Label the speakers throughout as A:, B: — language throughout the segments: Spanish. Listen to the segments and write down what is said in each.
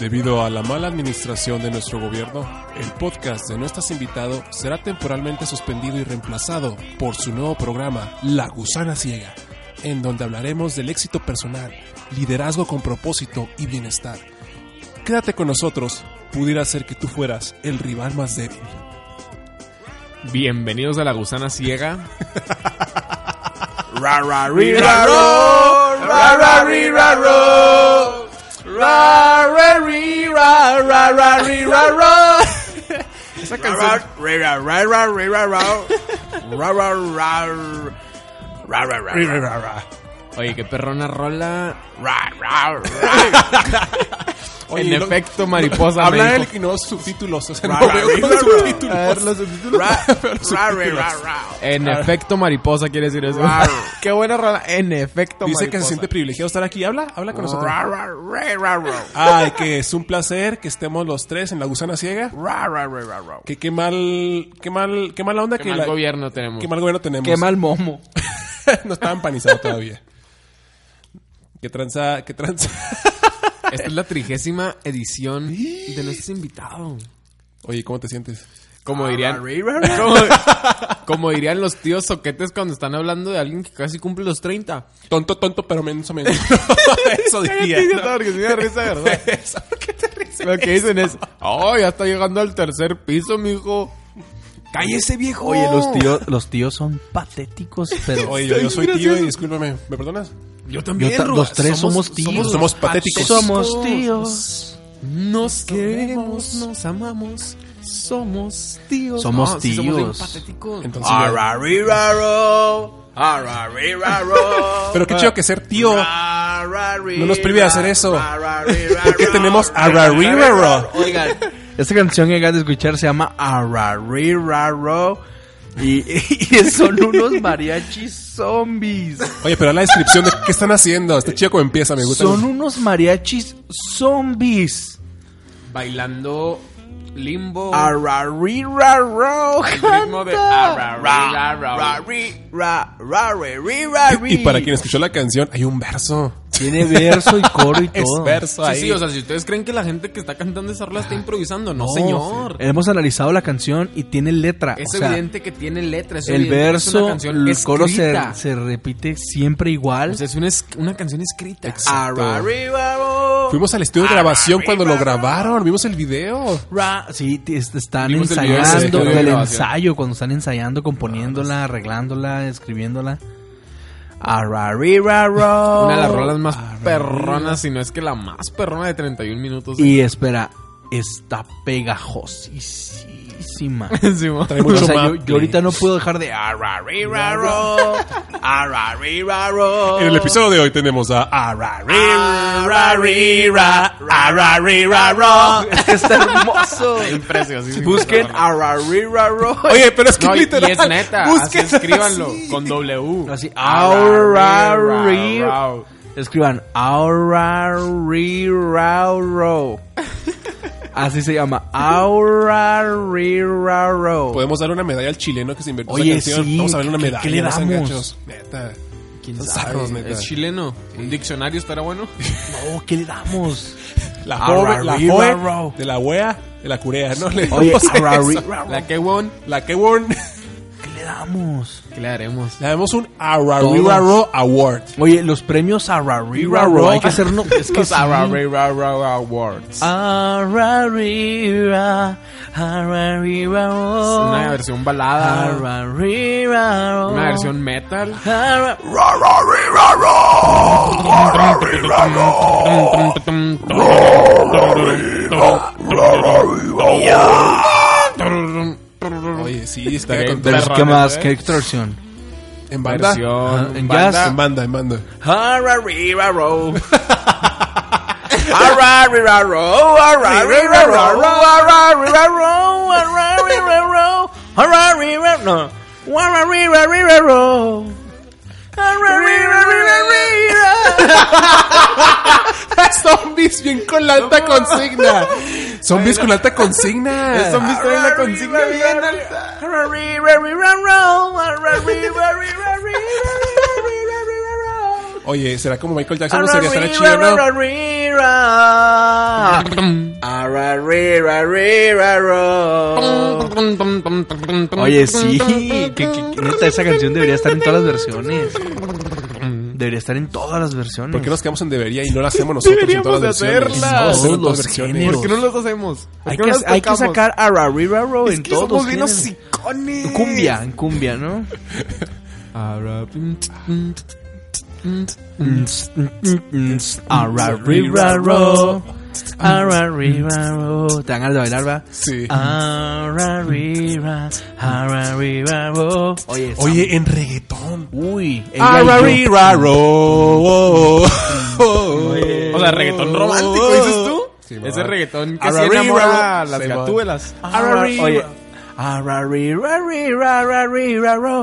A: Debido a la mala administración de nuestro gobierno, el podcast de no estás invitado será temporalmente suspendido y reemplazado por su nuevo programa, La Gusana Ciega, en donde hablaremos del éxito personal, liderazgo con propósito y bienestar. Quédate con nosotros, pudiera ser que tú fueras el rival más débil.
B: Bienvenidos a La Gusana Ciega.
A: ra, ra, ri, ra, ro, ra, ra, ri, ra, ro. Ra, ra, ri, ra, ra, ra, ri, ra, ra.
B: Esa canción.
A: Ra, ra, ra, ra, ri, ra, ra. Ra, ra, ra, ra, ra, ra, ra, ra, ra.
B: Oye, qué perrona rola.
A: Ra, ra, ra.
B: en
A: lo-
B: efecto, mariposa.
A: Habla
B: me
A: él
B: dijo.
A: y no subtítulos. O sea,
C: Ra,
A: no
C: ra,
A: veo
C: ri,
A: con
C: ra, ra.
A: subtítulos.
C: A ver, los subtítulos.
A: Ra, pero
C: Ra, ra,
A: subtítulos.
C: ra, ra.
B: En efecto, mariposa quiere decir eso.
C: Ra.
B: qué buena rola. En efecto,
A: Dice que se
B: mariposa.
A: siente privilegiado estar aquí. Habla, habla con nosotros.
C: Ra, ra, re, ra, ro.
A: Ay, que es un placer que estemos los tres en la gusana ciega.
C: Ra, ra, re, ra, ro.
A: Que qué mal, qué mal, qué mala onda
B: Qué
A: que
B: mal
A: la-
B: gobierno tenemos.
A: qué mal gobierno tenemos.
D: Qué mal momo.
A: no está empanizado todavía. Qué tranza, qué tranza.
B: Esta es la trigésima edición de nuestros invitados.
A: Oye, ¿cómo te sientes?
B: Como dirían,
C: Ra, ra, ra, ra.
B: como, como dirían los tíos soquetes cuando están hablando de alguien que casi cumple los 30.
A: Tonto, tonto, pero menos o menos. Eso diría. ¿no?
B: porque se me da risa, de ¿verdad?
A: Eso, ¿por qué te ríes?
B: Lo que dicen es, oh, ya está llegando al tercer piso, mijo. ¡Cállese, viejo!
D: Oye, los tíos, los tíos son patéticos, pero
A: Oye, yo, yo soy tío y discúlpame. ¿Me perdonas?
B: Yo también,
D: Yo ta-
B: Ruba.
D: los tres somos tíos.
A: Somos, somos patéticos.
D: somos tíos.
B: Nos queremos, nos amamos, somos tíos.
D: Somos
B: sí somos bien
D: tíos.
B: patéticos.
A: Entonces,
C: Ra,
A: ya-
C: ra, ri, ra, ro. Ra, ra, ri, ra, ro.
A: Pero qué chido que ser tío.
C: Ra, ra, ri,
A: No nos prive de
C: ra,
A: hacer eso.
C: ra, ra, ri, ra,
A: Porque
C: ro.
A: tenemos
C: Ra,
A: a
C: ra, ri, ra,
A: Rarivero.
C: ro. Oigan,
D: Esta canción que acabas de escuchar se llama Arrariraro y, y son unos mariachis zombies.
A: Oye, pero la descripción de qué están haciendo. Este chico empieza, me gusta.
D: Son unos mariachis zombies.
B: Bailando limbo.
D: Ah, Arrariraro.
B: el ritmo de
D: canta.
C: ra, ra, ri, ra, ra, re, ri, ra,
A: Y
C: ri.
A: para quien escuchó la canción, hay un verso.
D: Tiene verso y coro y todo.
A: verso
B: Sí,
A: ahí.
B: sí, o sea, si ustedes creen que la gente que está cantando esa rola está improvisando, no,
D: Ah, No,
B: señor.
D: Hemos analizado la canción y tiene letra.
B: Es
D: o sea,
B: evidente que tiene letra, es
D: el
B: evidente que es una
D: verso,
B: canción
D: el coro se,
B: escrita.
D: se repite siempre igual.
B: O sea, es una, es- una canción escrita.
D: Ah,
A: Fuimos al estudio de grabación cuando lo grabaron, vimos el video.
D: Ra- sí, te- est- están
B: Vimos el video de
D: ensayando,
B: estudio
D: el,
B: de grabación. Ah, pues.
D: ensayo, cuando están ensayando, componiéndola, arreglándola, escribiéndola. Arrariraró.
B: Una de las rolas más perronas, si no es que la más perrona de 31 minutos.
D: Y espera, está pegajosísima.
B: Sí, mo.
A: Trae
D: O
A: mucho
D: sea, yo,
A: maple.
D: yo ahorita no puedo dejar de arrariraró, arrariraró.
A: En el episodio de hoy tenemos a Ah, Ararira, Ararira, Ararira.
D: Está hermoso.
B: Impresiosísimo.
D: Busquen
B: Esa rola.
D: arrariraró.
A: Oye, pero es que
B: No, y-
A: literal.
B: y es neta, así
A: busquen
B: escríbanlo
A: así.
B: con W.
D: Así, Ah,
B: Ararararau.
D: arrariraró. Escriban Aurarirauro. Así se llama. Aurarirauro.
A: Podemos dar una medalla al chileno que se inventó
D: Oye,
A: esa canción.
D: sí,
A: Vamos a ver una
D: ¿qué-
A: medalla.
D: qué le
A: no sean
D: damos?
A: gachos. Neta.
B: ¿Quién
A: Son
B: sabe?
A: zarros, neta.
B: Es chileno. Un diccionario estará bueno.
D: No, ¿qué le damos?
A: La joven, la
D: Ararira,
A: joven
D: bro.
A: de la wea, de la curea, ¿no? Le
D: Oye,
A: damos eso.
D: arrariraró.
B: La que won.
A: La que won.
D: ¿Qué le damos?
B: ¿Qué le haremos?
A: Le damos un Ararira Award.
D: Oye, los premios Aurarirauro. Hay que hacernos. Es que
B: Los
D: sí.
B: Ararararau Awards.
D: Aurarira,
B: Es
D: arrariraró.
B: Una versión balada.
D: Aurarirauro.
B: Una versión metal.
D: Arra-
A: Oye, sí, está
B: Ok,
A: con
D: Pero
A: todo.
D: ¿qué
B: Perrones,
D: más?
B: ¿eh?
D: ¿Qué extorsión?
A: En banda.
B: Versión
D: en
B: banda.
D: jazz.
A: En banda, en banda.
C: Arrariraró.
A: Zombies bien con la alta consigna. Zombies con la alta consigna.
B: Zombies traen la consigna bien alta.
A: Oye, ¿será como Michael Jackson? Ah, ¿No sería estará chido, no?
D: Ah, Oye, sí. que- que- que neta, esa canción debería estar en todas las versiones. Debería estar en todas las versiones.
A: ¿Por qué nos quedamos en debería y no la hacemos nosotros en todas las
B: Deberíamos de
A: versiones?
B: hacerla.
A: No, hacen en
D: Todos
A: todas
D: los
A: versiones.
D: géneros.
B: ¿Por qué no los hacemos? ¿Por
D: hay,
B: qué
D: que,
B: no los
D: hay que
B: tocamos?
D: sacar a Rarrirarro en
B: Es que
D: todos
B: somos
D: los
B: bien
D: géneros.
B: hocicones.
D: Cumbia, en cumbia, ¿no? Ah, Arrarirarro, arrarirarro. Ah, Te dan ganas de bailar, ¿va?
A: Sí.
D: Arrarira, arrarirarro. Oye, esa-
A: Oye, en reggaetón.
D: uy,
C: Ah,
D: ella y yo.
A: Arrariraro.
B: O sea, reggaetón
C: Oh.
B: romántico, dices tú. Ese reggaetón que se
A: Ararira,
B: enamora a las
A: Simón.
B: gatúbelas.
D: Arrarira. Oye,
C: Ah,
D: arrarirarira, arrarirarro.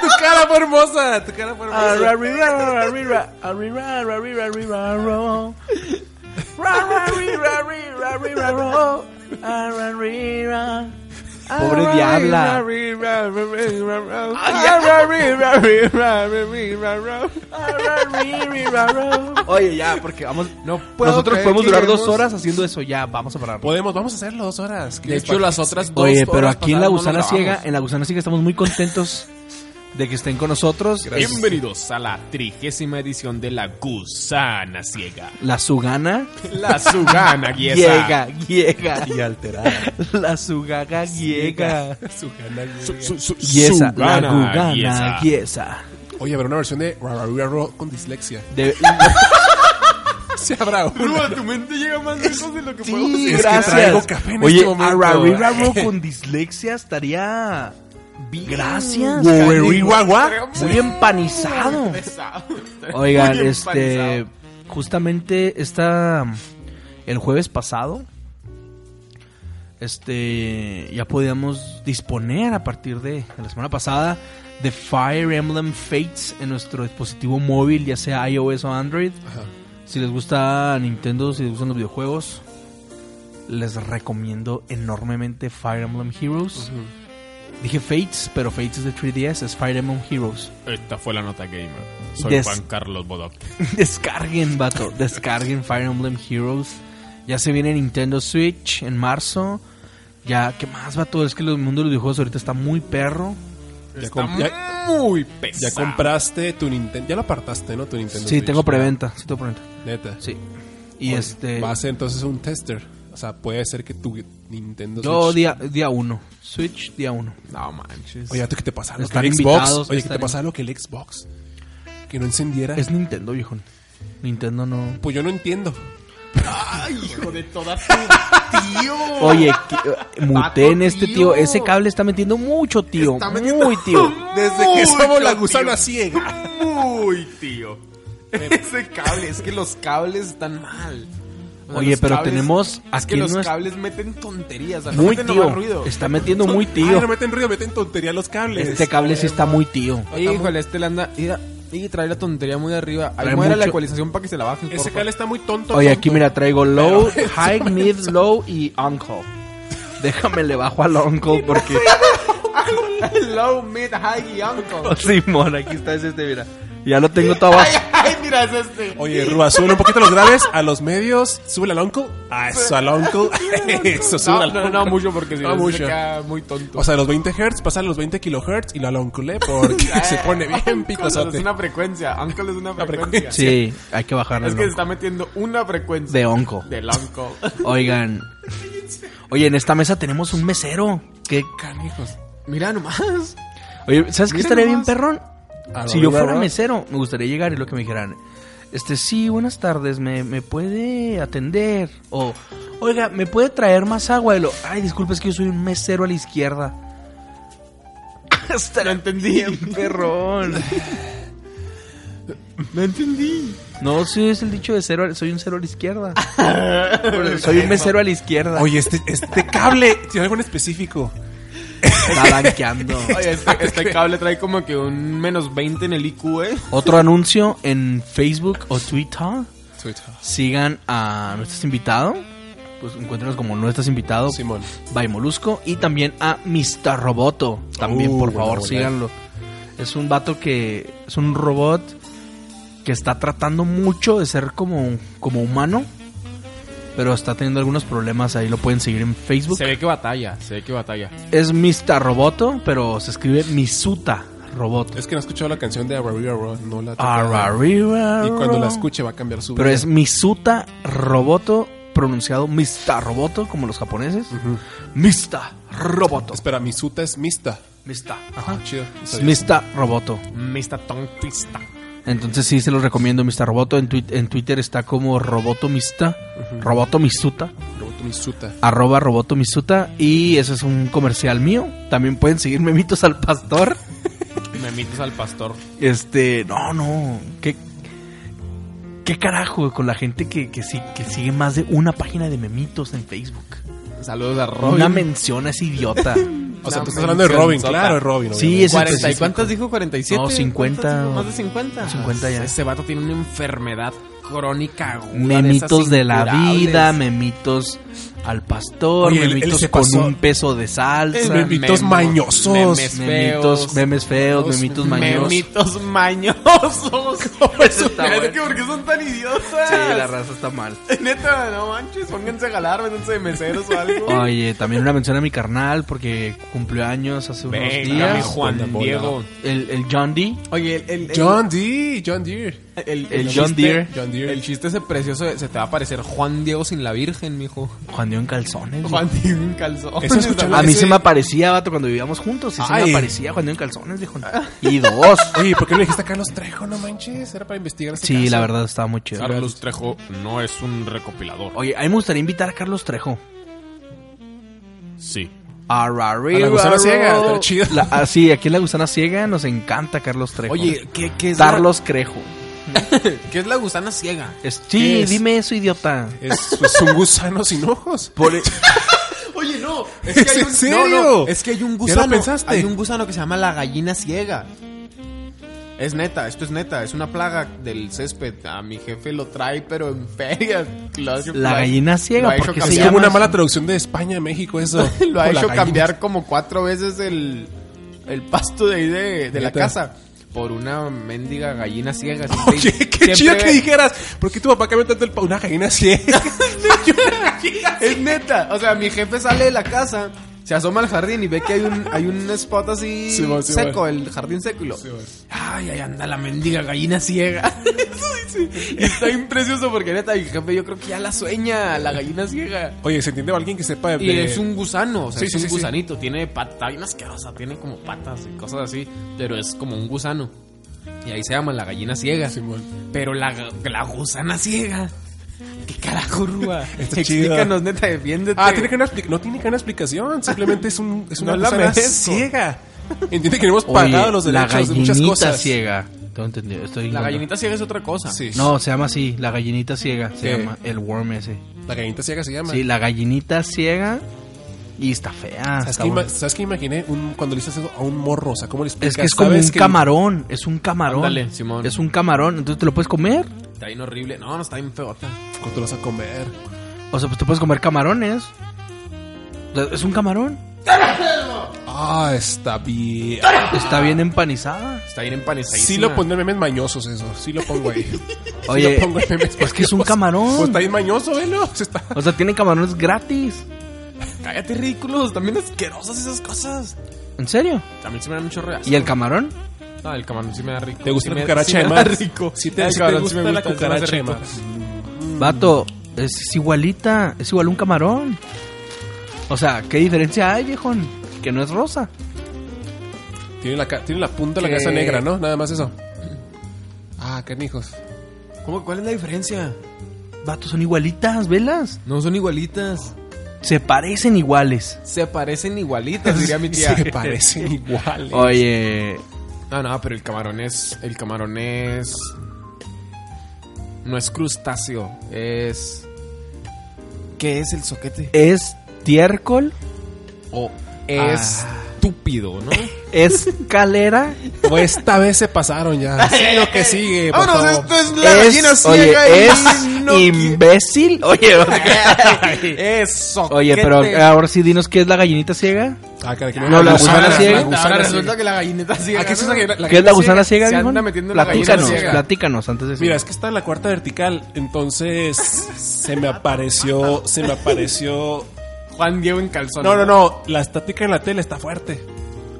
A: tu cara fue hermosa. Tu cara fue
C: Ah, Ah,
D: Pobre diabla. Oye, ya, porque vamos.
B: No puedo
D: Nosotros
B: creer
D: podemos
B: que
D: durar dos
B: lleguemos-
D: horas haciendo eso. Ya, vamos a parar.
A: Podemos, vamos a hacerlo dos horas.
B: De hecho, las otras dos
D: Oye, pero
B: horas
D: aquí en la
B: pasadas no
D: gusana
B: las
D: ciega,
B: grabamos.
D: en la gusana ciega estamos muy contentos de que estén con nosotros.
B: Pues,
D: Es
B: Bienvenidos a la trigésima edición de La Gusana Ciega.
D: La sugana
B: La Sugana Guiesa.
D: llega, llega.
A: y alteradas.
D: La sugaga llega.
A: Su
B: Su- su-
D: Yesa, la
B: Sugana
D: gugana
B: Guiesa.
D: yesa.
A: Oye, habrá una versión de Rarararo con dislexia.
D: De-
A: Sí, habrá una.
B: Bro, tu mente llega más lejos de lo que podemos
D: Sí,
B: decir.
D: gracias.
A: traigo café en
D: Oye,
A: este momento.
D: Arrarirarro con dislexia estaría. Gracias.
A: Guagua.
D: Muy empanizado. Oigan, este. Justamente esta. El jueves pasado. Este. Ya podíamos disponer a partir de, de la semana pasada. De Fire Emblem Fates en nuestro dispositivo móvil, ya sea iOS o Android.
A: Ajá.
D: Si les gusta Nintendo, si les gustan los videojuegos, les recomiendo enormemente Fire Emblem Heroes. Dije Fates, pero Fates es de 3DS, es Fire Emblem Heroes.
B: Esta fue la nota gamer. Soy
D: Yes.
B: Juan Carlos Bodoc.
D: Descarguen, vato. Descarguen Fire Emblem Heroes. Ya se viene Nintendo Switch en marzo. Ya, ¿qué más, vato? Es que el mundo de los videojuegos ahorita está muy perro.
A: Ya,
B: Está
A: com- ya-
B: muy
A: ya
B: pesado.
A: compraste tu Nintendo. Ya lo apartaste, ¿no? Tu Nintendo.
D: Sí,
A: Switch.
D: tengo preventa. Sí, tengo preventa.
A: Neta.
D: Sí. Y este.
A: Va a ser entonces un tester. O sea, puede ser que tu Nintendo
D: Yo
A: Switch.
D: día 1. Switch día 1.
B: No manches.
A: Oye, ¿tú que te pasaba lo que
D: Están
A: el
D: invitados,
A: Xbox? Oye, ¿qué
D: están
A: te pasaba lo que el Xbox? Que no encendiera.
D: Es Nintendo, viejo. Nintendo no.
A: Pues yo no entiendo.
D: Oye, que- muteen este tío.
B: tío.
D: Ese cable está metiendo mucho, tío.
B: Está metiendo-
D: muy tío.
A: Desde que somos la gusana ciega.
B: Muy tío. Ese cable, es que los cables están mal. O sea,
D: Oye,
B: los
D: pero tenemos
B: Es que
D: aquí
B: los
D: nues-
B: cables meten tonterías. o sea, no
D: Muy
B: meten nomás
D: tío.
B: ruido.
D: Está metiendo muy
A: Ay,
D: tío.
A: no meten ruido, meten tontería los cables.
D: Este cable sí está muy tío.
B: Híjole, este le anda. Mira, y trae la tontería muy arriba.
D: Trae
B: Ahí muera la
D: mucho-
B: ecualización para que se la bajes.
A: Ese
B: porfa.
A: cable está muy tonto.
D: Oye,
A: tonto.
D: aquí mira, traigo low, high, mid, low y uncle. Déjame le bajo al uncle porque.
B: Low, mid, high y uncle.
D: Simón, aquí está ese este, mira. Ya lo tengo todo abajo.
B: Ay, mira, es este.
A: Oye, Rúa, sube un poquito los graves a los medios, sube al uncle, a eso al uncle, eso sube
B: No,
A: al
B: no,
A: uncle.
B: no, mucho porque si
A: No
B: no,
A: mucho.
B: se queda muy tonto.
A: O sea, de los 20 Hz, pasa a los 20 kilohertz y lo al uncle ¿eh? porque se pone bien
B: Uncle es
A: picosote.
B: una frecuencia. Uncle es una frecuencia.
A: frecuencia.
D: Sí, hay que bajarle.
B: Es
D: al
B: que se
D: uncle.
B: está metiendo una frecuencia.
D: De onco.
B: Del uncle.
D: Oigan. Oye, en esta mesa tenemos un mesero. Qué
A: Canijos.
B: Mira nomás.
D: Oye, ¿sabes qué
B: Mira
D: estaría bien,
B: nomás.
D: perrón?
A: A
D: Si
A: ver,
D: yo
A: ¿verdad?
D: fuera mesero, me gustaría llegar y lo que me dijeran. Este, sí, buenas tardes, ¿me, me puede atender? O, oiga, ¿me puede traer más agua? Y lo, ay, disculpe, es que yo soy un mesero a la izquierda.
B: No entendí.
D: Perrón.
B: No entendí.
D: No, sí, es el dicho de cero, a- soy un cero a la izquierda. soy un mesero a la izquierda.
A: Oye, este, este cable tiene algo en específico.
D: está banqueando.
B: Oye, este, este cable trae como que un menos 20 en el IQ, eh.
D: Otro anuncio en Facebook o Twitter.
A: Twitter.
D: Sigan a No Estás Invitado. Pues encuéntranos como No Estás Invitado.
A: Simón.
D: by Molusco. Y también a Mr. Roboto. También,
A: Uh,
D: por
A: buena,
D: favor,
A: buena.
D: síganlo. Es un vato que. Es un robot que está tratando mucho de ser como, como humano. Pero está teniendo algunos problemas. Ahí lo pueden seguir en Facebook.
B: Se ve que batalla, se ve que batalla.
D: Es Mr. Roboto, pero se escribe Misuta Roboto.
A: Es que no he escuchado la canción de Ararira, no la
D: Ararira.
A: Y cuando la escuche va a cambiar su
D: Pero
A: vida.
D: es Misuta Roboto, pronunciado Mr. Roboto, como los japoneses. Mista Roboto.
A: Espera, Misuta es Mista.
D: Mista. Ajá.
A: Ah, chido.
D: Es Mista Roboto.
B: Mr. Tongue Twista.
D: Entonces sí se los recomiendo Mista Roboto. En, twi- en Twitter está como Roboto Mista. Roboto Misuta.
A: Roboto Misuta.
D: Arroba Roboto Misuta. Y ese es un comercial mío. También pueden seguir Memitos al Pastor.
B: Memitos al pastor.
D: Este, no, no. ¿Qué, qué carajo con la gente que, que, sí- que sigue más de una página de memitos en Facebook?
B: Saludos a
D: Una
B: Robin.
D: mención a ese idiota.
A: O sea,
B: Una
A: tú estás hablando de Robin,
B: mención
A: claro,
B: sota.
A: de Robin.
D: Sí,
A: obviamente.
D: es-
B: ¿Cuarenta y
D: 55.
B: cuántas dijo? ¿47?
D: No, 50.
B: ¿Cuántas dijo? ¿Más de 50?
D: 50 ya.
B: Ese vato tiene una enfermedad crónica aguda
D: memitos
B: esas
D: de la
B: incurables.
D: vida, memitos al pastor,
A: Oye, él- él
D: memitos
A: se
D: con
A: pasó.
D: un peso de salsa.
A: Mem- Memitos
B: Memo-
A: mañosos.
B: Eh, Memes
D: Memitos,
B: feos.
D: memes feos, memitos mañosos.
B: Memitos mañosos.
D: Eso está
B: Pero
D: bueno.
B: es que ¿Por qué son tan idiotas?
D: Sí, la raza está mal.
B: Neta, no manches, pónganse a jalar, vénganse de meseros o algo.
D: Oye, también una mención a mi carnal porque cumplió años hace unos
B: Venga, mi
D: días.
A: Juan
B: Juan
A: de
B: Diego.
A: bola.
D: El, el John D.
B: Oye, el, el- el-
A: John Deere, John Deere.
B: el,
D: el
B: chiste-
D: John Deere.
A: John Deere.
B: El chiste ese precioso, de- se te va a parecer Juan Diego sin la Virgen, mijo.
D: Juan dio en calzones.
B: Juan Diego en calzón.
A: Eso escuchaba.
D: A mí
A: Ese-
D: se me aparecía, vato, cuando vivíamos juntos. Sí, se me
A: Ay.
D: aparecía Juan dio en calzones, dijo. Y dos.
A: Oye, pues, ¿por qué le dijiste a Carlos Trejo? No manches, era para investigar ese
D: Sí,
A: caso.
D: la verdad estaba muy chido.
B: Carlos Trejo no es un recopilador.
D: Oye, a mí me gustaría invitar a Carlos Trejo.
B: Sí.
D: Arariro.
A: A la gusana ciega, está chido.
D: La- ah, sí, aquí en la gusana ciega nos encanta Carlos Trejo.
B: Oye, ¿qué, qué es
D: Carlos Trejo.
B: La, ¿qué es la gusana ciega?
D: Es- sí,
A: ¿Qué es?
D: dime eso, idiota.
A: Es, es un gusano sin ojos.
B: Oye, no, es
A: ¿Es en serio?
B: no, no, es que hay un
A: ¿Ya lo
B: gusano,
A: pensaste?
B: hay un gusano que se llama la gallina ciega. Es neta, esto es neta, es una plaga del césped. A mi jefe lo trae, pero en ferias. Lo ha hecho-
D: La
B: lo ha-
D: gallina ciega,
B: lo ha hecho
D: porque se
A: Es
B: cambiar-
A: como
D: llama
A: una
D: así.
A: mala traducción de España a México eso.
B: lo ha
A: O la
B: hecho
A: gallina.
B: cambiar como cuatro veces el, el pasto de ahí de, de la
A: Neta.
B: casa por una mendiga gallina ciega. Siempre-
A: Oye, qué
B: siempre
A: chido
B: ve-
A: que dijeras. ¿Por qué tu papá cambió tanto el pa una gallina ciega?
B: Es neta, o sea, mi jefe sale de la casa, se asoma al jardín y ve que hay un, hay un spot así
A: Sí, va, sí,
B: seco,
A: va.
B: el jardín seco. Y lo,
A: Sí, va.
B: ay, ahí anda la mendiga gallina ciega. Sí, sí. Y está imprecioso porque neta, mi jefe yo creo que ya la sueña, la gallina ciega.
A: Oye, ¿se entiende alguien que sepa de,
B: Y es un gusano, o sea,
A: Sí,
B: es
A: sí,
B: un
A: sí, sí.
B: gusanito, tiene patas, está bien asquerosa, tiene como patas y cosas así, pero es como un gusano. Y ahí se llama la gallina ciega.
A: Simón.
B: Pero la, la gusana ciega. ¿Qué carajo, Rúa?
A: Está chido.
B: Explícanos, neta, defiéndete.
A: Ah, tiene que una expli- no tiene que una explicación, simplemente es, un, es una
B: No la
A: gusana
B: merezco.
A: ciega. Entiende que no hemos
D: Oye,
A: pagado los
D: la
A: derechos de
D: gallinita
A: muchas cosas.
D: ciega. Tengo entendido, estoy
B: La
D: ignorando.
B: gallinita ciega es otra cosa.
A: Sí.
D: No, se llama así, la gallinita ciega. Se
A: ¿Qué?
D: llama el worm ese.
A: La gallinita ciega se llama.
D: Sí, la gallinita ciega. Y está fea.
A: ¿Sabes,
D: está
A: qué, ima-
D: buena.
A: ¿Sabes qué imaginé? Un, cuando le dices eso a un morro, o sea, ¿cómo le explicas?
D: Es que es como
A: ¿Sabes
D: un
A: que-
D: camarón. Es un camarón.
B: Ándale, Simón.
D: Es un camarón. Entonces te lo puedes comer.
B: Está bien horrible. No, no, está bien feota.
A: ¿Cuánto te lo vas a comer?
D: O sea, pues te puedes comer camarones. O sea, Es un camarón.
A: Ah, está bien.
D: Está bien empanizada.
B: Está bien empanizadísima.
A: Sí lo pondré en memes mañosos eso. Sí lo pongo ahí.
D: Oye,
A: sí lo pongo en memes
D: es que es un
A: mañosos.
D: camarón.
A: Pues está bien mañoso, velo. Se está-
D: O sea, tienen camarones gratis.
B: Cállate, ridículos. También asquerosas esas cosas.
D: ¿En serio?
B: También se me dan mucho reas.
D: ¿Y el camarón?
B: No, el camarón sí me da rico.
A: ¿Te gusta
B: Sí
A: la
B: me-
A: cucaracha
B: sí me
A: de
B: da
A: mar?
B: rico.
A: Sí te,
B: El
A: sí te
B: camarón sí
A: gusta
B: me
A: la
B: gusta, se me hace
A: cucaracha de
B: rico.
A: mar.
B: Mm.
D: Vato, es, es igualita. Es igual un camarón. O sea, ¿qué diferencia hay, viejón? Que no es rosa.
A: Tiene la, ca- tiene la punta de la
B: Que-
A: cabeza negra, ¿no? Nada más eso. Ah, canijos.
B: ¿Cómo, ¿Cuál es la diferencia?
D: Vato, son igualitas, velas.
B: No son igualitas.
D: Se parecen iguales.
B: Se parecen igualitas, diría mi tía.
A: Se parecen iguales.
D: Oye,
B: Ah, no, pero el camarón es. El camarón es. No es crustáceo, es. ¿Qué es el soquete?
D: es tiércol,
B: O es estúpido, ¿no?
D: es calera,
A: O esta vez se pasaron ya. Sí, lo que sigue, por
B: Vámonos,
A: favor.
B: esto es
D: es, oye, es imbécil. Oye, o sea,
B: Eso.
D: oye, pero ahora sí dinos qué es la gallinita ciega.
A: Ah, caray, que
D: No, la
A: gusana
D: gusana ciega.
A: la gusana
B: Ahora
A: ciega.
B: resulta que la gallinita ciega.
A: ¿A qué es esa gallina-
D: ¿Qué es la gusana
B: ciega
D: ciega,
B: se anda
D: viejón?
B: metiendo la gallina
D: Platícanos,
B: ciega.
D: platícanos antes de eso.
A: Mira, es que está en la cuarta vertical, entonces se me apareció, se me apareció...
B: Juan Diego en calzón.
A: No, no, no, la estática en la tele está fuerte.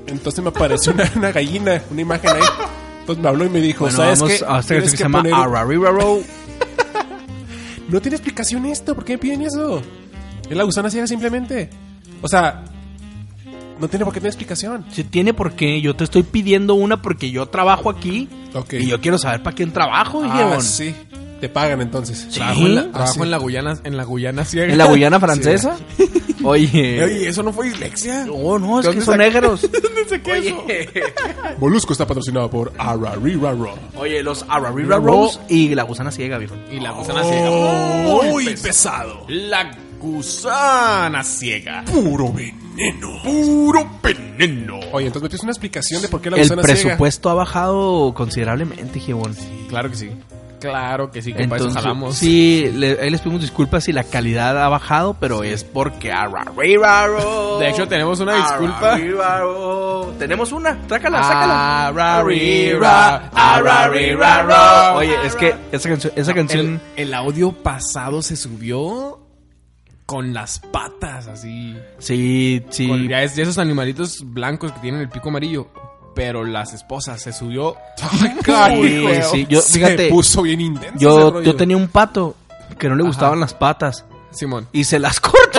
A: Entonces me apareció una, una gallina, una imagen ahí. Entonces me habló y me dijo,
D: bueno,
A: ¿sabes
D: vamos
A: qué?
D: a hacer
A: Tienes
D: que se llama
A: poner-
D: Arariraro.
A: No tiene explicación esto, ¿por qué me piden eso? Es la gusana ciega simplemente. O sea, no tiene por qué tener explicación.
D: Si tiene por qué, yo te estoy pidiendo una porque yo trabajo aquí
A: Ok.
D: y yo quiero saber para quién trabajo,
A: Ah,
D: viejón.
A: sí. Te pagan entonces.
D: Sí.
B: Trabajo en la, trabajo
A: Ah, sí.
B: en la Guyana, en la Guyana ciega.
D: ¿En la Guyana francesa? Oye,
B: Oye, eso no fue dislexia.
D: no, no, es
B: ¿Dónde
D: que son
B: saca-
D: negros.
B: ¿Dónde se eso?
A: Molusco está patrocinado por Arariraro.
D: Oye, los Arariraros y la gusana ciega, viejón.
B: Y la gusana ciega.
A: Oh, Muy pesado.
B: La gusana ciega.
A: Puro veneno.
B: Puro veneno.
A: Oye, entonces me pides una explicación de por qué la
D: El
A: gusana ciega.
D: presupuesto ha bajado considerablemente, Gibbon.
B: Claro que sí. Claro que sí, que para eso
D: Entonces,
B: jalamos.
D: sí, le- ahí les pedimos disculpas si la calidad ha bajado, pero es porque Arariraros.
B: De hecho, tenemos una disculpa.
D: Arariraros. Tenemos una, trácala, sácala.
B: Ararira, ararira.
D: Oye, es que esa canción, esa canción
B: El, el audio pasado se subió con las patas, así.
D: sí, sí.
B: Con- ya es de esos animalitos blancos que tienen el pico amarillo. Pero las esposas se subió.
A: Ay, caray,
D: Sí,
A: güey.
D: sí, yo- fíjate,
A: Se puso bien intenso. ese
D: Yo,
A: rollo.
D: yo tenía un pato que no le gustaban las patas
B: Simón.
D: y se las cortó.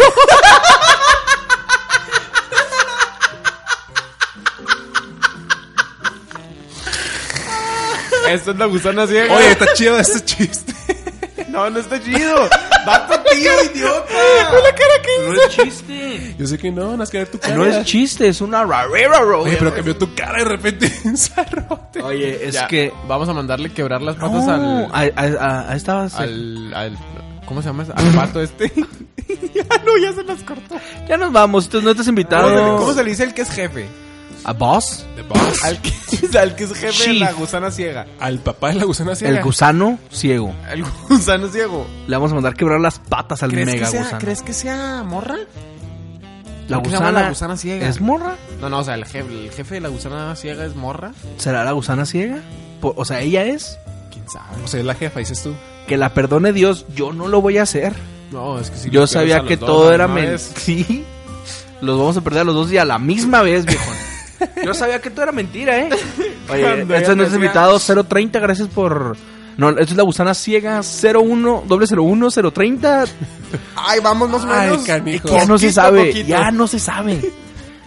B: Esta es la gusana ciega.
A: Oye, está chido este chiste.
B: no, no está chido. Vato tío, idiota.
D: No es chiste.
A: Yo sé que no, no has que ver tu cara.
D: No es chiste, es una rarera,
A: Oye, pero cambió tu cara de repente en zarrote.
D: Oye, es
B: Ya,
D: que.
B: Vamos a mandarle quebrar las
D: No,
B: patas al.
D: a, a- a- a esta base.
B: al, al ¿cómo se llama? ese? Al pato este. ya no, ya se las cortó.
D: Ya nos vamos, entonces no estás invitado.
B: ¿Cómo se le dice el que es jefe?
D: ¿A Boss?
A: The Boss.
B: Al que, al que es jefe de la
D: Chief.
B: gusana ciega.
A: Al papá de la gusana ciega.
D: El gusano ciego.
B: El gusano ciego.
D: Le vamos a mandar quebrar las patas al
B: ¿Crees,
D: mega
B: que sea,
D: gusano.
B: ¿Crees que sea morra?
D: La
B: ¿Por qué le llaman
D: gusana,
B: la gusana ciega?
D: ¿Es morra?
B: No, no, o sea, el jefe, el jefe de la gusana ciega es morra.
D: ¿Será la gusana ciega? Po- O sea, ella es.
B: ¿Quién sabe?
A: O sea, es la jefa, dices tú.
D: Que la perdone Dios, yo no lo voy a hacer.
B: No, es que si
D: yo
B: los pierdes a
D: sabía
B: los
D: que
B: dos
D: todo
B: a
D: era
B: una
D: mentira.
B: vez,
D: Sí. Los vamos a perder a los dos y a la misma vez, viejo. Yo sabía que todo era mentira, ¿eh? Oye,
B: Cuando ella
D: este es nuestro
B: decía-
D: invitado 030, gracias por... No, esto es la gusana ciega 01, doble 01, 030.
B: Ay, vamos más o
A: Ay,
B: menos.
A: canijo.
D: Ya no se
B: Poquito,
D: sabe,
B: poquito.
D: ya no se sabe.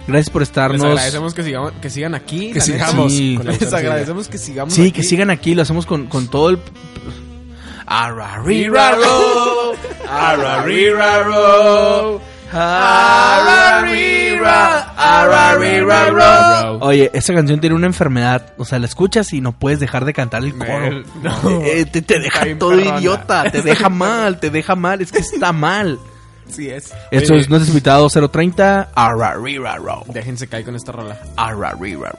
D: Gracias por
B: Les
D: estarnos...
B: agradecemos que, sigamos, que sigan aquí.
A: Que
B: la neta.
A: sigamos.
D: Sí.
A: con la
B: Les
A: gusana ciega.
B: agradecemos que sigamos
D: Sí,
B: aquí.
D: que sigan aquí, lo hacemos con, con todo el...
B: Riraro,
C: Ah,
B: arariraro,
D: Ah,
B: ararira, arariraro.
D: Oye, esta canción tiene una enfermedad. O sea, la escuchas y no puedes dejar de cantar el coro.
B: Me- no.
D: Eh, te, te
B: Está
D: deja
B: bien
D: todo
B: perrona.
D: idiota. Te deja mal, te deja mal. Es que está mal.
B: Sí es.
D: Esto
A: Oye.
D: es Nuestro Invitado Ah, 030. Arariraro.
B: Déjense caer con esta rola.
D: Arariraro.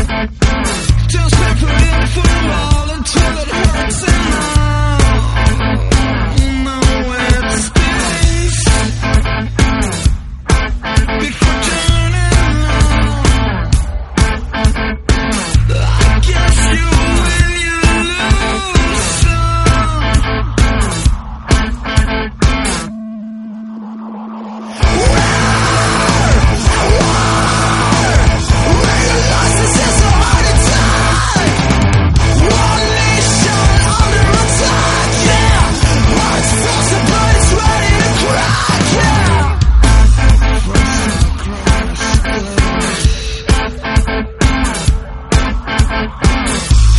E: Just been put in for a while until it hurts and I know it stings. Before turning on, I guess you win, you lose some.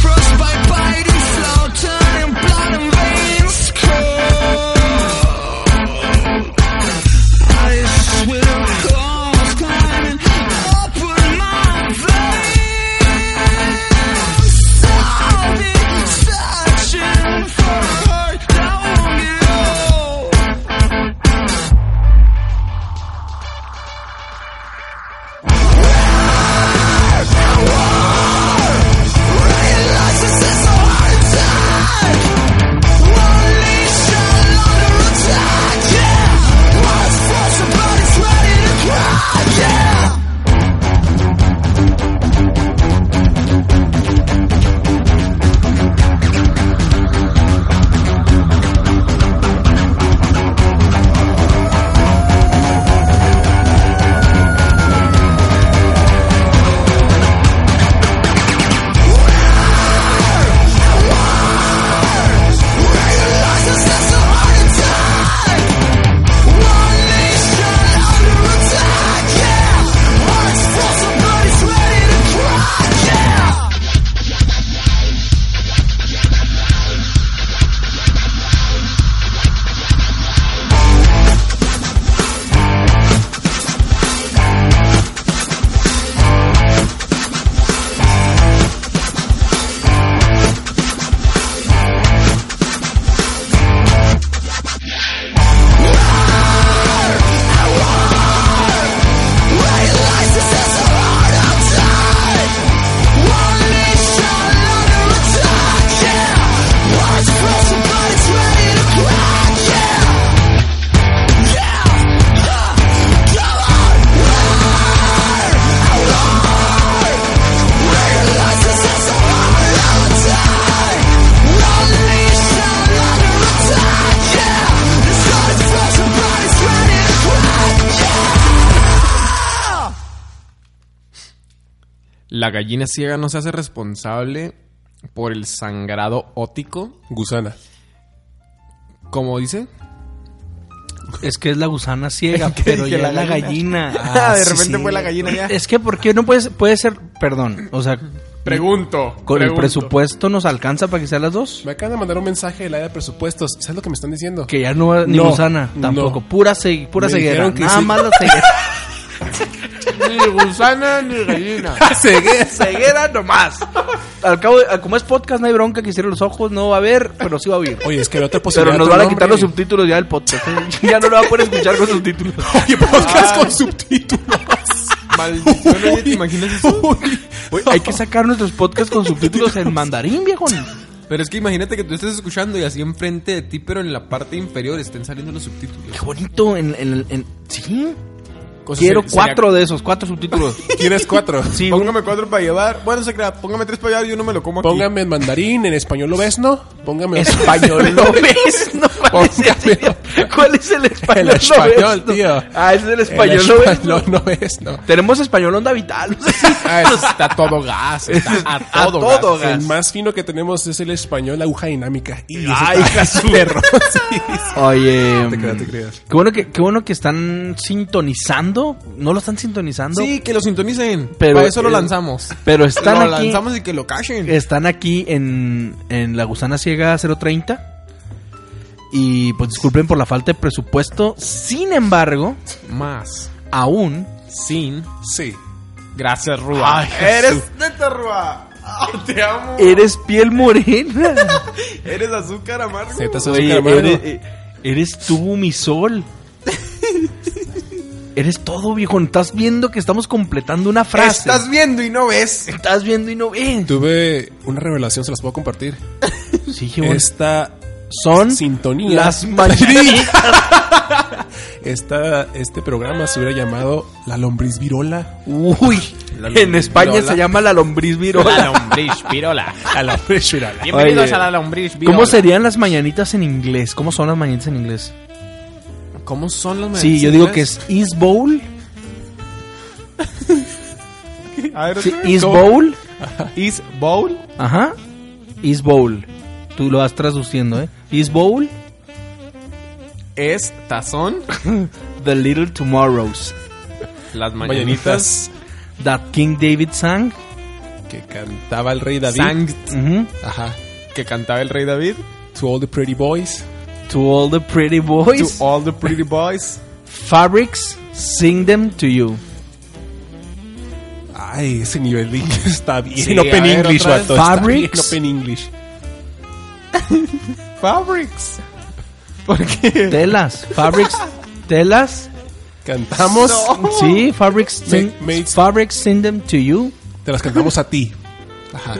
E: Frostbite biting, flow turning, blood and veins cold. Ice will cold, climbing, open my veins. I'll be searching for a heart that won't get old.
B: La gallina ciega no se hace responsable por el sangrado ótico,
A: Gusana.
B: como dice.
D: Es que es la gusana ciega, pero
B: dije
D: ya
B: la
D: es la gallina.
B: Ah, de
D: sí,
B: repente
D: sí.
B: fue la gallina ya.
D: Es que, ¿por qué no puede, puede ser? Perdón, o sea,
A: Pregunto.
D: ¿con el
A: pregunto.
D: presupuesto nos alcanza para que sean las dos?
A: Me acaban de mandar un mensaje del área de presupuestos. ¿Sabes lo que me están diciendo?
D: Que ya no va ni
A: No,
D: gusana,
A: no.
D: tampoco. Pura, ce- pura
A: Me
D: ceguera.
A: dijeron que
D: Nada
A: sí.
D: más la ceguera.
B: Ni gusana ni gallina.
A: Ah,
D: ceguera, ceguera nomás. Al cabo, de- como es podcast, no hay bronca que cierre los ojos, no va a ver, pero sí va a oír.
A: Oye, es que la otra
D: Pero
A: posibilidad.
D: nos van a quitar los
A: los
D: subtítulos ya del podcast. ¿eh? Ya no lo va a poder escuchar con subtítulos.
A: Oye, podcast
D: Ah,
A: con subtítulos.
B: Maldición, oye, ¿te imaginas eso?
D: Oye, hay que sacar nuestros podcasts con subtítulos en mandarín, viejo.
F: Pero es que imagínate que tú estés escuchando y así enfrente de ti, pero en la parte inferior estén saliendo los subtítulos.
D: Qué bonito. En, en- en- sí.
A: Cosas
D: Quiero
A: ser- sería-
D: cuatro de esos, cuatro subtítulos.
A: ¿Quieres cuatro?
D: Sí,
B: Póngame cuatro para llevar. Bueno, se crea, póngame tres para llevar y yo no me lo como aquí.
A: Póngame en mandarín, en español lo ves, ¿no? Póngame
D: español no ves, ¿no? ¿Cuál es, el, ¿Cuál es el español?
A: El
D: no
A: español,
D: ves, no?
A: tío.
D: Ah, es el
A: español, el
D: español, no ves,
A: español
D: no?
A: no ves, ¿no?
D: Tenemos español onda vital. no sé si-
B: Ah, eso está a todo gas. Está a
D: A
B: todo,
D: todo
B: gas.
D: gas.
A: El más fino que tenemos es el español aguja dinámica. Y eso
D: Ay,
A: está- perro. Sí,
D: Oye,
A: te
D: mm,
A: creas, te creas.
D: qué bueno que qué bueno que están sintonizando. No lo están sintonizando,
F: Sí, que lo sintonicen.
D: Pero-
F: Para eso lo
D: eh,
F: lanzamos.
D: pero están
F: lo
D: aquí. Eh.
F: lanzamos y que lo cachen.
D: Están aquí en, en la Gusana Ciega 030. Y pues disculpen por la falta de presupuesto. Sin embargo,
F: Más.
D: aún
F: Sin.
A: Sí.
F: Gracias, Rua.
B: Eres neta, Rua. Ah, te amo.
D: eres piel morena.
B: Eres azúcar amargo.
A: Neta, sos
D: Oye,
A: un caramelo.
D: eres, eh, eres tú mi sol. eres todo, viejo. Estás viendo que estamos completando una frase.
B: Estás viendo y no ves.
D: Estás viendo y no ves.
A: Tuve una revelación, se las puedo compartir.
D: Sí, qué bueno.
A: Esta
D: Son
A: sintonía.
D: las mañanitas.
A: Esta, este programa se hubiera llamado La Lombriz Virola.
D: Uy, en España se llama la lombriz virola.
B: lombriz pirola.
A: La Lombriz Virola.
D: Bienvenidos Oye, a la
B: lombriz
D: ¿Cómo serían las mañanitas en inglés? ¿Cómo son las mañanitas en inglés?
F: ¿Cómo son los
D: Sí, yo digo que es East Bowl.
B: A ver,
D: Pues
B: otra vez.
D: Sí, East
B: Ah, ¿Cómo?
D: Bowl.
B: Is bowl.
D: Ajá. East Bowl. Tú lo vas traduciendo, ¿eh? East Bowl,
F: Es tazón.
D: The Little Tomorrows.
F: Las mañanitas.
A: Mañanitas
D: That King David sang. Mm-hmm.
A: que cantaba el rey David.
F: Sanct.
D: ujú,
A: Ajá.
F: Que cantaba el rey David.
A: To all the pretty boys.
D: To all the pretty
B: To
D: boys.
B: all the pretty boys.
D: Fabrics, sing them to you.
A: Ay, ese nivel de inglés está bien.
F: Sí, a
A: open
F: ver,
A: English,
F: otra vez.
A: vato. Está bien
D: Fabrics.
A: open English.
B: Fabrics. ¿Por qué?
D: Telas. Fabrics. Telas.
A: Cantamos.
D: Sí, fabrics sing,
A: mates.
D: fabrics sing them to you.
A: Te las cantamos a ti. Ajá.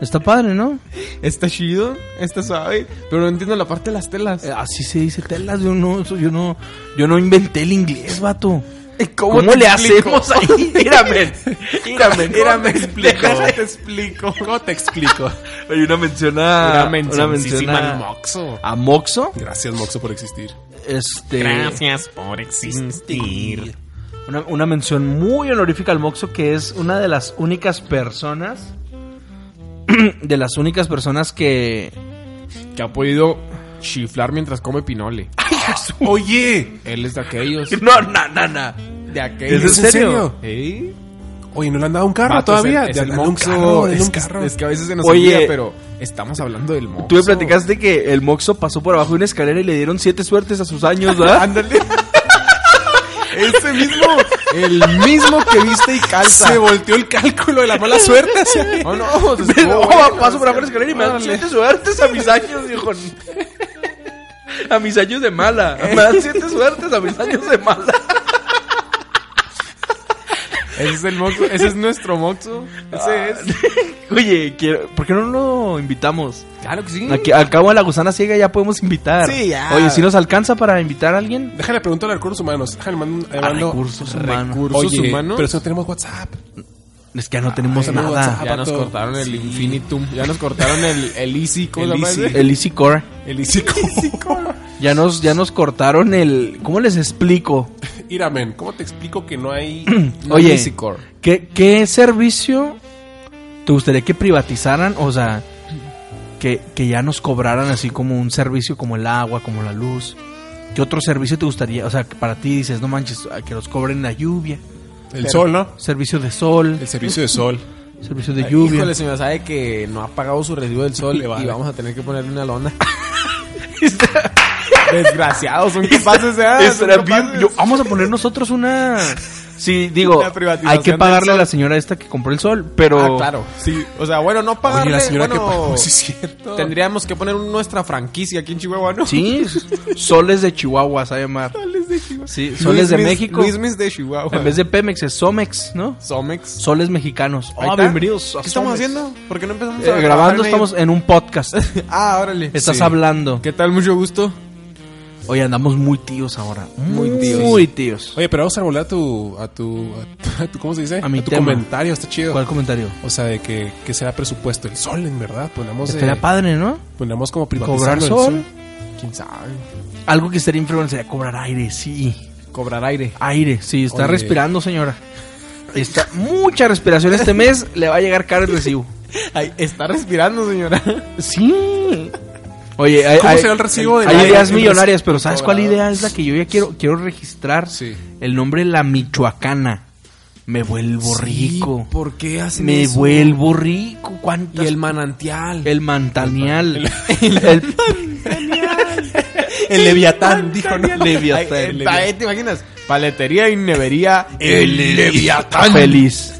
D: Está padre, ¿no?
F: Está chido. Está suave. Pero no entiendo la parte de las telas.
D: Eh, Así se dice telas, yo no, yo no, yo no inventé el inglés, vato. ¿Cómo,
F: te
D: le
F: explico?
D: hacemos ahí? Mírame, mírame, mírame, explico.
B: te explico.
A: ¿Cómo te explico?
D: Hay una menciona, una
F: mencioncísima al
D: menciona
F: moxo.
D: a Moxo,
A: Gracias, Moxo, por existir.
D: este,
F: por existir.
D: una, una mención muy honorífica al Moxo que es una de las únicas personas, de las únicas personas que
F: Que ha podido chiflar mientras come pinole.
A: Oye,
F: Él es de aquellos.
D: no, no, no, no.
F: De
A: ¿es
F: aquellos.
A: en serio?
D: en serio?
F: ¿Eh?
A: Oye, ¿no le han dado un carro
F: Vato,
A: todavía?
F: Es el, es
A: Ya
F: el
A: le han dado un
F: moxo.
A: carro, le han dado
F: es,
A: un carro.
F: es que a veces se nos
D: Oye.
F: olvida, pero estamos hablando del moxo.
D: Tú me platicaste que el Moxo pasó por abajo de una escalera y le dieron siete suertes a sus años, ¿verdad?
F: Ándale. Ese mismo. El mismo que viste y calza.
A: Se volteó el cálculo de la mala suerte. hacia mí.
F: Oh, no, pues,
D: Pero,
F: estuvo
D: oh,
F: bueno,
D: paso por abajo
F: es
D: de la escalera y me dan
F: órale.
D: siete suertes a mis años, viejo. A mis años de mala.
F: Eh.
D: Me dan siete suertes a mis años de mala.
F: Ese es el moxo. Ese es nuestro moxo. Ese es.
D: Oye, quiero- ¿por qué no lo invitamos?
F: Claro que sí.
D: Aquí, al cabo de la gusana ciega ya podemos invitar.
B: Sí, ya.
D: Oye, si nos alcanza para invitar a alguien.
A: Déjale preguntar a recursos humanos. Déjale mandar un. le
D: A
A: mando-
D: recursos humanos.
F: Recursos
A: Oye,
F: humanos.
A: pero eso no tenemos WhatsApp.
D: Es que ya no tenemos
A: Ay, no,
D: nada.
A: WhatsApp.
F: Ya nos
A: Zapato.
F: cortaron el infinitum. Ya nos cortaron el, el easy. ¿Cómo
A: El
F: se llama
A: easy.
F: ese?
D: El Easy Core.
A: El Isico.
D: Ya nos, ya nos cortaron el. ¿Cómo les explico?
A: Iramen, ¿cómo te explico que no hay.
F: No,
D: Oye.
F: easy core.
D: ¿Qué, qué servicio te gustaría que privatizaran? O sea, que, que ya nos cobraran así como un servicio como el agua, como la luz. ¿Qué otro servicio te gustaría? O sea, que para ti dices, no manches, a que los cobren la lluvia.
A: El sol, ¿no?
D: Servicio de sol,
A: El servicio de sol.
D: servicio de lluvia.
B: Híjole, se me sabe que no ha pagado su recibo del sol
A: Le vale.
B: y vamos a tener que ponerle una lona. Desgraciados, son capaces de
D: Ah, Estará bien. Yo- vamos a poner nosotros una. Sí, digo,
B: Una privatización
D: hay que
B: del
D: pagarle a
B: sol.
D: la señora esta que compró el sol, pero.
B: Ah, claro. Sí, o sea, bueno, no pagarle,
A: Oye, la señora que
B: bueno,
A: pagó, sí es cierto.
B: Tendríamos que poner nuestra franquicia aquí en Chihuahua, ¿no?
D: Sí, soles de Chihuahua, sabe mar.
B: Soles de Chihuahua.
D: Sí, soles de
B: Mis-
D: México.
B: Luis Mis de Chihuahua.
D: En vez de Pemex es Somex, ¿no?
B: Somex.
D: Soles mexicanos.
B: Ahí
D: Ah,
B: está.
D: bienvenidos. a
B: ¿Qué estamos
D: Somex.
B: haciendo? ¿Por qué no empezamos a
D: Eh,
B: trabajar
D: grabando,
B: en
D: estamos en un podcast.
B: ello? Ah, órale.
D: Estás
B: Sí.
D: hablando.
B: ¿Qué tal? Mucho gusto.
D: Hoy andamos muy tíos ahora. Muy tíos.
B: tíos.
D: Muy tíos.
A: Oye, pero vamos a volver a tu, a tu, a tu- ¿cómo se dice?
D: A mi
A: tu
D: tema.
A: comentario, está chido.
D: ¿Cuál comentario?
A: O sea, de que, que será presupuesto. El sol, en verdad. Ponemos,
D: Estaría
A: eh,
D: padre, ¿no?
A: ponemos como
D: Cobrar
A: privatizarlo el
D: sol.
B: ¿Quién sabe?
D: Algo que estaría inferior sería cobrar aire, sí.
B: Cobrar aire.
D: Aire, sí, está
A: Oye.
D: respirando, señora. Está mucha respiración este mes, le va a llegar caro el recibo.
B: Ay, está respirando, señora.
D: Sí. Oye, hay,
A: ¿Cómo
D: hay-
A: será el recibo del
D: hay
A: aire?
D: ideas
A: El
D: millonarias,
A: recibo
D: pero ¿sabes cuál
A: cobrado.
D: idea es la que yo ya quiero quiero registrar?
A: Sí.
D: El nombre La Michoacana. Me vuelvo rico.
B: ¿Por qué hacen
D: Me
B: eso?
D: vuelvo rico. ¿Cuántas?
B: Y el manantial.
D: El mantanial. El,
B: El Leviatán, dijo, ¿no?
D: Leviatán,
B: Ay, eh,
D: Leviatán.
B: eh, ¿Te imaginas? Paletería y nevería.
D: el Leviatán feliz.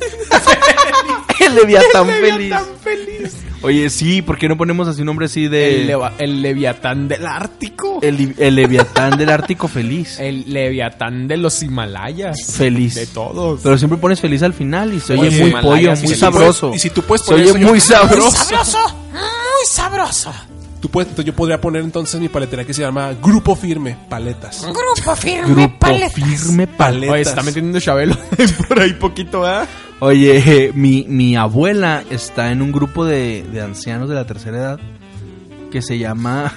D: el Leviatán feliz. Oye, sí, ¿por qué no ponemos así un nombre así de...
B: El, leva- el Leviatán del Ártico. El,
D: El, el Leviatán del Ártico feliz.
B: Leviatán de los Himalayas.
D: Feliz.
B: De todos.
D: Pero siempre pones feliz al final y se oye
A: Oye,
D: muy
B: Himalaya,
D: pollo,
B: sí,
D: muy
B: sí,
D: sabroso.
A: Y si tú puedes
D: Se
A: poner
D: oye
A: eso, yo-
D: muy sabroso.
C: Muy sabroso.
A: Tú puedes, entonces yo podría poner entonces mi paletería que se llama Grupo Firme Paletas.
C: Grupo firme
D: Grupo
C: paletas.
D: firme
B: Oye, se
D: paletas.
B: está metiendo Chabelo por ahí poquito, ¿ah? ¿verdad?
D: Oye, eh, mi, mi abuela está en un grupo de, de ancianos de la tercera edad que se llama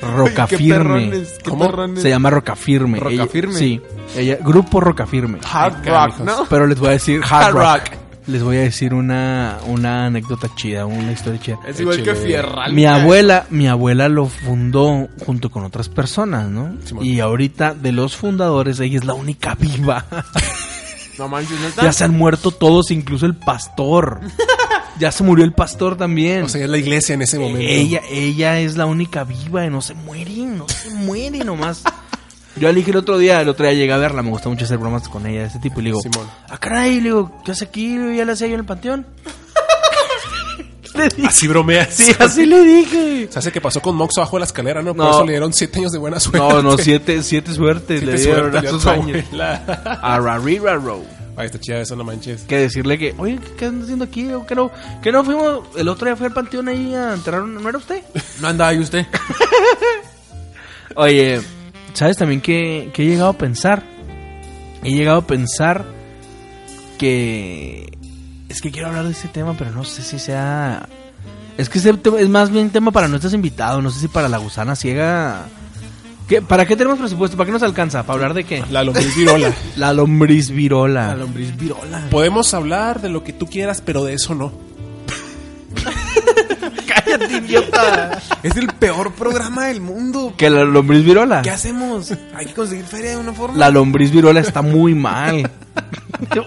D: Roca
B: Qué
D: Firme.
B: perrones, qué
A: ¿Cómo?
B: perrones.
D: Se llama Roca Firme.
B: Roca
D: Ella-
B: Firme.
D: Sí. Ella, grupo Roca Firme.
B: Hard
A: Ay,
B: Rock,
A: carajos.
B: ¿no?
D: Pero les voy a decir
B: Hard
D: Hard Rock.
B: Rock.
D: Les voy a decir una, una anécdota chida, una historia chida.
B: Es igual
A: Échale.
B: que Fierral.
D: Mi abuela, mi abuela lo fundó junto con otras personas, ¿no?
A: Simón.
D: Y ahorita de los fundadores ella es la única viva.
B: No manches, ¿no está?
D: ya se han muerto todos, incluso el pastor. ya se murió el pastor también.
A: O sea, es la iglesia en ese momento.
D: ella, ella es la única viva y no se muere, no se muere nomás. Yo le dije el otro día, el otro día llegué a verla, me gusta mucho hacer bromas con ella de ese tipo y le digo,
A: Simón.
D: ah caray, le digo, ¿qué hace aquí? Le digo, Ya la hacía yo en el panteón. Le dije,
A: Así bromeas.
D: sí, así le dije.
A: Se hace que pasó con Mox abajo de la escalera, ¿no? Por
D: No.
A: eso le dieron siete años de buena suerte.
D: No, no, siete, siete suertes
A: Siete
D: le dieron
A: suerte,
D: a
A: le dio
D: sus
A: tu
D: años.
A: abuela.
D: Ararira Row.
A: Ay, está chida eso, no manches.
D: Que decirle que, oye, ¿qué- ¿qué andas haciendo aquí? ¿O ¿Qué no, que no fuimos? El otro día fue al panteón ahí a enterrar un- ¿No era usted?
B: No andaba ahí usted.
D: Oye, ¿sabes también que, que he llegado a pensar? He llegado a pensar que... Es que quiero hablar de ese tema, pero no sé si sea... Es que ese tema es más bien tema para nuestros invitados, no sé si para la gusana ciega... ¿Qué- ¿Para qué tenemos presupuesto? ¿Para qué nos alcanza? ¿Para hablar de qué?
A: La lombriz virola.
D: La lombriz virola.
B: La lombriz virola.
A: Podemos hablar de lo que tú quieras, pero de eso no.
D: Cállate, idiota.
B: Es el peor programa del mundo.
D: Que la lombriz virola.
B: ¿Qué hacemos? Hay que conseguir feria de una forma.
D: La lombriz virola está muy mal.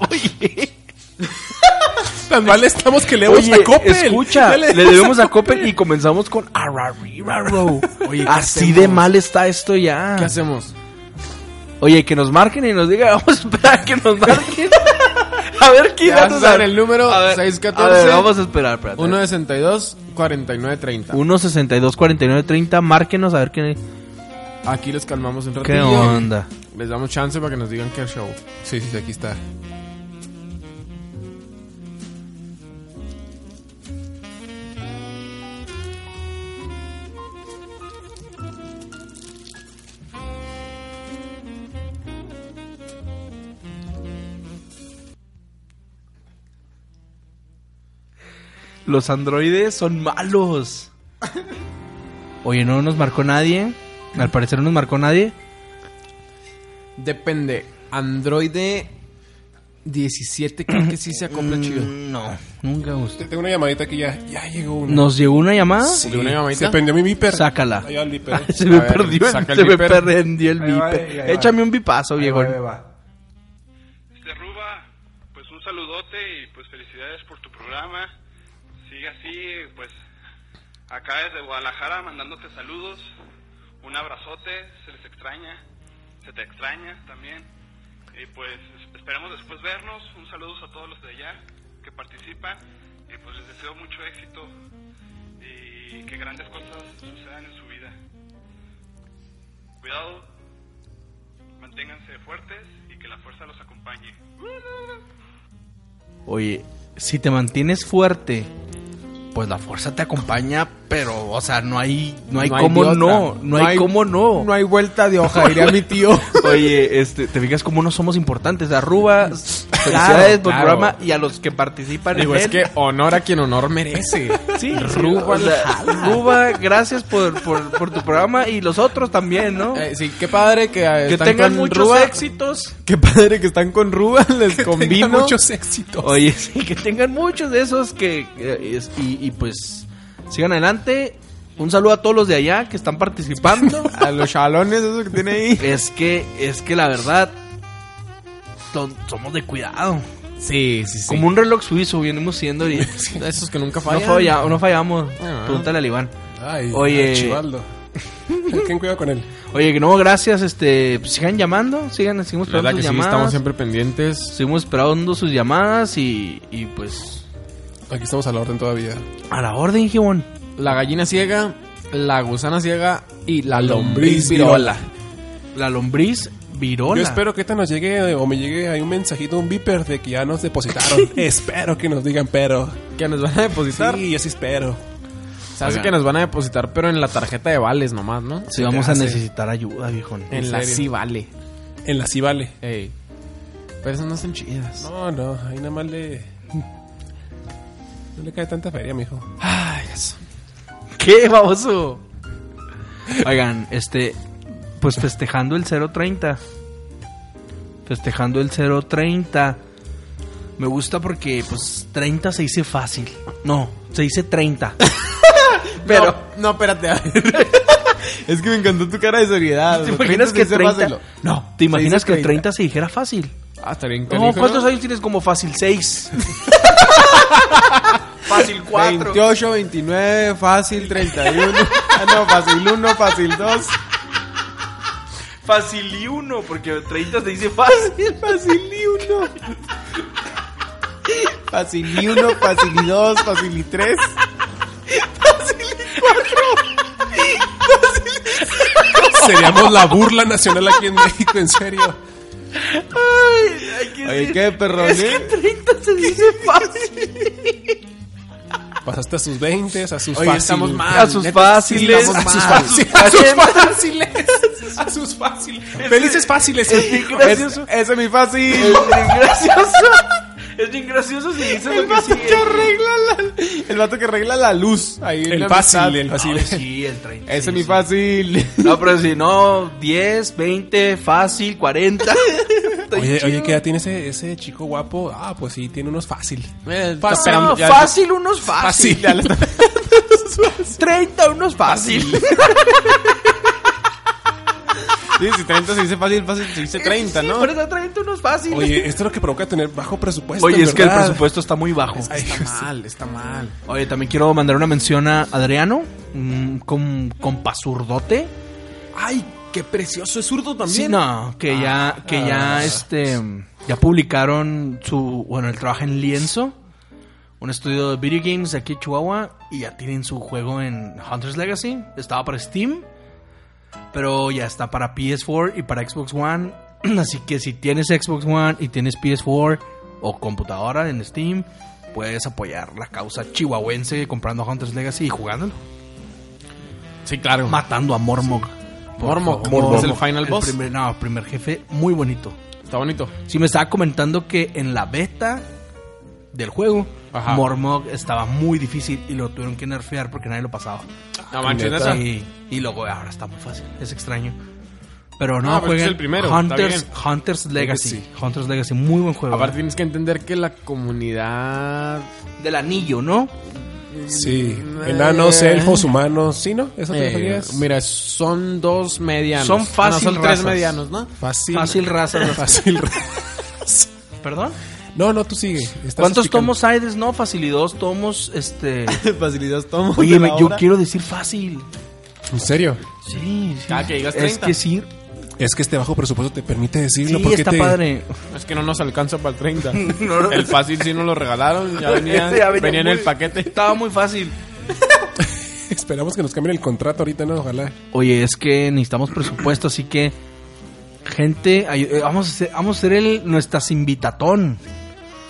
D: Oye,
A: Tan mal estamos que le debemos a Coppel.
D: escucha,
A: Ya
D: le debemos a Coppel y comenzamos con Ararirarow.
B: Oye, ¿qué
D: Así
B: hacemos?
D: de mal está esto ya.
B: ¿Qué hacemos?
D: Oye, que nos marquen y nos digan, vamos a esperar a que nos marquen. A ver quién
B: Ya
D: nos
B: saben
D: marca.
B: el número,
D: A ver,
B: 614.
D: a ver, vamos a esperar, espérate.
B: 162 49 30.
D: 162 49 30, márquenos a ver qué,
B: Aquí les calmamos un
D: qué
B: ratillo.
D: onda.
B: Les damos chance para que nos digan qué show.
A: Sí, sí, sí, aquí está.
D: Los androides son malos. Oye, no nos marcó nadie. Al parecer no nos marcó nadie.
B: Depende. Androide 17 creo que sí se acopla chido.
D: No, nunca gustó.
A: Tengo una llamadita que ya, ya llegó. una.
D: ¿Nos llegó una llamada?
A: Sí,
B: ¿De una llamadita?
A: Se prendió mi viper.
D: Sácala.
A: Ahí va el viper.
D: Ay, se me
B: A ver,
D: perdió,
B: saca el
D: se me
B: viper.
D: prendió el
G: Ahí va, ahí
D: viper.
G: va.
D: Échame un vipazo, viejo.
G: Ahí va.
H: Este Ruba, pues un saludote y pues felicidades por tu programa. Sigue así, pues acá desde Guadalajara mandándote saludos, un abrazote, se les extraña, se te extraña también. Y pues es- esperamos después vernos, un saludo a todos los de allá que participan y pues les deseo mucho éxito y que grandes cosas sucedan en su vida. Cuidado, manténganse fuertes y que la fuerza los acompañe.
D: Oye, si te mantienes fuerte, pues la fuerza te acompaña, pero, o sea, no hay, no hay cómo
B: de otra.
D: no, no, hay, cómo no.
B: No hay vuelta de hoja, diría mi tío.
D: Oye, este, te fijas cómo no somos importantes. Arruba, felicidades por
B: claro.
D: el programa y a los que participan
B: Digo,
D: en
B: es
D: él.
B: que honor a quien honor merece.
D: Sí, Ruba, Ruba, gracias por, por, por tu programa y los otros también, ¿no?
B: Eh, sí, qué padre que, eh,
D: que
B: están
D: tengan
B: con
D: muchos
B: Ruba.
D: éxitos.
B: Qué padre que están con Ruba, les combino.
A: muchos éxitos.
D: Oye, sí, que tengan muchos de esos que eh, es- y, y pues sigan adelante. Un saludo a todos los de allá que están participando.
B: A los chalones esos que tiene ahí.
D: es que es que la verdad son- somos de cuidado.
B: Sí, sí, sí.
D: Como un reloj suizo venimos siendo y
B: Esos que nunca
D: no,
B: fallan.
D: falla- no fallamos.
B: Ah.
D: Pregúntale al Iván.
A: Ay,
D: Oye.
A: Archibaldo. Ten cuidado con él.
D: Oye, que no, gracias, este, pues, sigan llamando, sigan, seguimos
B: La verdad que
D: esperando sus
B: sí,
D: llamadas.
B: estamos siempre pendientes.
D: Seguimos esperando sus llamadas y, y pues
A: Aquí estamos a la orden todavía.
D: a la orden, Gibón.
B: La gallina ciega, la gusana ciega y la
A: Lombriz
B: lombriz virola.
D: La lombriz virola.
A: Yo espero que esta nos llegue o me llegue ahí un mensajito, un viper de que ya nos depositaron. espero que nos digan pero.
B: Que nos van a depositar.
A: Sí, yo sí espero.
B: Se hace que nos van a depositar, pero en la tarjeta de vales nomás, ¿no?
D: Si vamos a necesitar ayuda, viejón.
B: En la
A: serio?
B: sí vale.
A: En la sí vale.
B: Ey. Pero esas no son chidas.
A: No, no, ahí nada más le. No le cae tanta feria, mijo.
B: Ay, eso.
D: ¡Qué baboso! Oigan, este, pues festejando el 030. Festejando el 030. Me gusta porque, pues, 30 se dice fácil. No, se dice 30.
B: Pero. No, espérate, a ver. es que me encantó tu cara de seriedad.
D: ¿Te imaginas que 30?
B: No.
D: ¿Te imaginas que 30 se dijera fácil?
B: Ah, estaría bien
D: No,
B: canijo,
D: ¿cuántos
B: ¿no?
D: años tienes como fácil? 6. fácil 4.
B: 28, 29, fácil 31. ah, no, fácil 1, fácil 2.
D: Fácil y uno, porque 30 se dice fácil.
B: Fácil y 1. Fácil y 1, fácil y 2, fácil y 3.
A: Seríamos la burla nacional aquí en México, en serio.
D: Ay, hay que
B: Oye,
D: decir-
B: qué perrón,
D: Es que
B: ¿eh?
D: 30 se dice fácil.
A: Pasaste a sus 20, a sus
B: Oye,
A: fácil.
B: estamos mal.
D: A sus
B: Neta,
D: fáciles.
B: sí,
A: A sus
B: mal.
A: fáciles. A sus fáciles. A sus fáciles. Felices fáciles.
B: Es- Ese es mi fácil.
D: Es bien gracioso. Es bien gracioso si dices
B: El
D: lo que
B: vato
D: sigue.
B: que arregla la, el vato que arregla la luz. Ahí en
A: El
B: la Ah,
A: fácil,
B: amistad.
A: el fácil.
D: Ay, sí, el 30.
B: Ese
D: sí,
B: es mi
D: sí.
B: fácil.
D: No, pero si no, 10, 20, fácil, 40. Está
A: Oye,
D: chido.
A: oye, ¿qué edad tiene ese, ese chico guapo? Ah, pues sí, tiene unos fácil.
D: Fácil, fácil, unos fácil.
B: Ya le está-
D: 30, unos fácil.
B: Sí, si 30 se dice fácil, fácil se dice 30, ¿no?
D: Por eso 30, unos fácil.
A: Oye, esto es lo que provoca tener bajo presupuesto.
D: Oye,
A: en
D: es que el
A: verdad.
D: presupuesto está muy bajo.
A: Ay,
B: mal, está mal.
D: Oye, también quiero mandar una mención a Adriano, un com- compazurdote.
B: Ay, qué precioso, es zurdo
D: Sí,
B: también.
D: no, que ya, que ya, este, ya publicaron su, bueno, él trabaja en Lienzo, un estudio de video games de aquí en Chihuahua, y ya tienen su juego en Hunter's Legacy, estaba para Steam, pero ya está para PS4 y para Xbox One, así que si tienes Xbox One y tienes PS4 o computadora en Steam, puedes apoyar la causa chihuahuense comprando Hunter's Legacy y jugándolo,
B: Sí, claro.
D: matando a Mormog. por
B: Mormog,
D: favor.
B: Mormog. ¿Es el final boss?
D: primer- no, primer jefe, muy bonito.
B: Está bonito.
D: Sí, me estaba comentando que en la beta del juego,
B: Ajá.
D: Mormog estaba muy difícil y lo tuvieron que nerfear porque nadie lo pasaba.
B: No manches,
A: neta.
B: neta.
D: Y, y luego ahora está muy fácil, es extraño. Pero no,
B: Ah, pero
D: jueguen
B: es el primero, está
D: Hunters, Hunters Legacy. Hunters Legacy, muy buen juego.
B: Aparte tienes que entender que la comunidad...
D: del anillo, ¿no?
A: Sí.
D: Eh.
A: Enanos, elfos, humanos. Sí, ¿no? Esa
B: eh,
A: categoría es
B: mira, son dos medianos. Ah,
D: Son fácil
B: No, son tres
D: razas.
B: medianos, ¿no?
A: fácil.
D: Fácil raza.
A: Fácil.
D: ¿Perdón?
A: No, no, tú sigue. Estás
D: ¿Cuántos
A: explicando.
D: tomos hay de No, fácil y dos tomos, este...
F: Facilidad tomo.
D: Oye, me- yo quiero decir fácil.
A: ¿En serio?
D: Sí, sí.
B: Ah, que digas
D: Es
B: 30.
D: que sí,
A: Es que este bajo presupuesto te permite decirlo
D: sí
A: porque
D: está
A: te...
D: padre.
B: Es que no nos alcanza para el 30. el fácil sí nos lo regalaron. Ya venía,
D: Ya
B: venía,
D: venía
B: en
D: muy-
B: el paquete.
D: Estaba muy fácil.
A: Esperamos que nos cambien el contrato ahorita, ¿no? Ojalá.
D: Oye, es que necesitamos presupuesto, así que... Gente, ay- eh, vamos a hacer, vamos a hacer el, nuestras invitatón.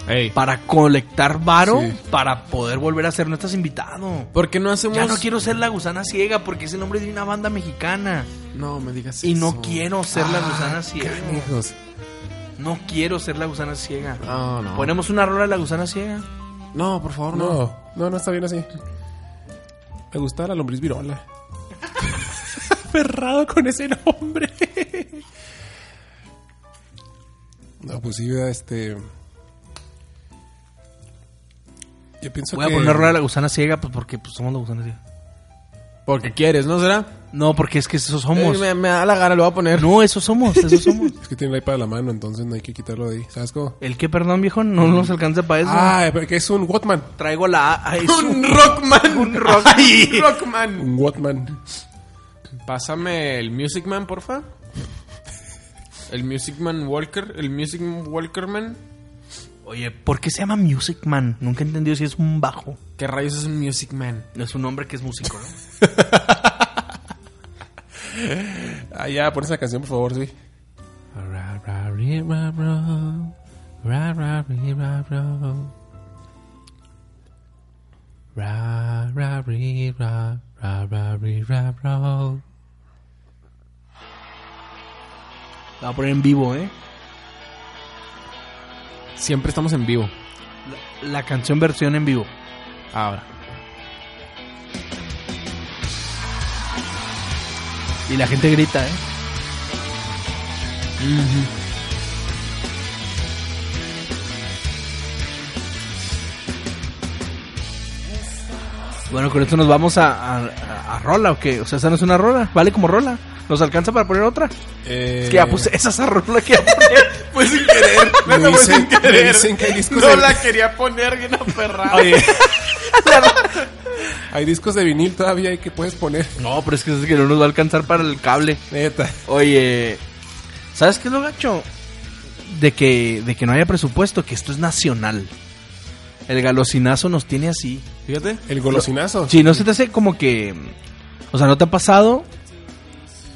B: Ey.
D: para colectar varo
A: Sí.
D: para poder volver a ser no estás invitado.
B: ¿Por qué no hacemos...?
D: Ya no quiero ser la gusana ciega porque ese nombre es de una banda mexicana
B: No, me digas
D: y no
B: eso.
D: quiero ser
A: Ah,
D: la gusana ciega.
A: Hijos.
D: No quiero ser la gusana ciega.
B: No, no.
D: Ponemos una rola de la gusana ciega.
B: No, por favor, no.
A: No, no, no está bien así. Me gustaba la lombriz virola. Ferrado con ese nombre. no, pues sí, ¿verdad? este. Yo pienso
D: Voy a
A: que.
D: poner una rola de la gusana ciega pues porque pues, somos la gusana ciega.
B: Porque quieres, ¿no será?
D: No, porque es que esos somos.
B: Eh, me, me da la gana, lo voy a poner.
D: No, esos somos, esos somos.
A: Es que tiene el iPad a la mano, entonces no hay que quitarlo de ahí. ¿Sabes cómo?
D: El que, perdón, viejo, no nos alcanza para eso.
A: Ah, porque es un Watman.
D: Traigo la A. ay, su-
B: Rockman.
D: Un rock-
B: Ay, Rockman.
A: Un Watman.
B: Pásame el Music Man, porfa. El Music Man Walker. El Music Walkerman.
D: Oye, ¿por qué se llama Music Man? Nunca he entendido si es un bajo.
B: ¿Qué rayos es un Music Man?
D: No es un hombre que es músico, ¿no?
A: Ah, ya, pon esa canción, por favor, sí.
D: La voy a poner en vivo, ¿eh?
B: Siempre estamos en vivo.
D: La, canción versión en vivo.
B: Ahora.
D: Y la gente grita, ¿eh? Bueno, con esto nos vamos a, a- a- a rola, ¿o qué? O sea, esa no es una rola. Vale como rola. ¿Nos alcanza para poner otra?
A: Eh,
D: Es que ya puse esa es la rola que iba a poner.
B: Pues sin querer.
A: Me
B: Lo hice
A: dicen-
B: sin querer.
A: me dicen que hay discos
B: no
A: en-
B: la quería poner bien aferrada.
A: Oye. hay discos de vinil todavía ahí que puedes poner.
D: No, pero es que es que no nos va a alcanzar para el cable.
A: Neta.
D: Oye, ¿sabes qué es lo gacho? De que, de que no haya presupuesto, que esto es nacional. El galocinazo nos tiene así.
B: Fíjate.
A: El golosinazo.
D: Si no se te hace como que. O sea, ¿no te ha pasado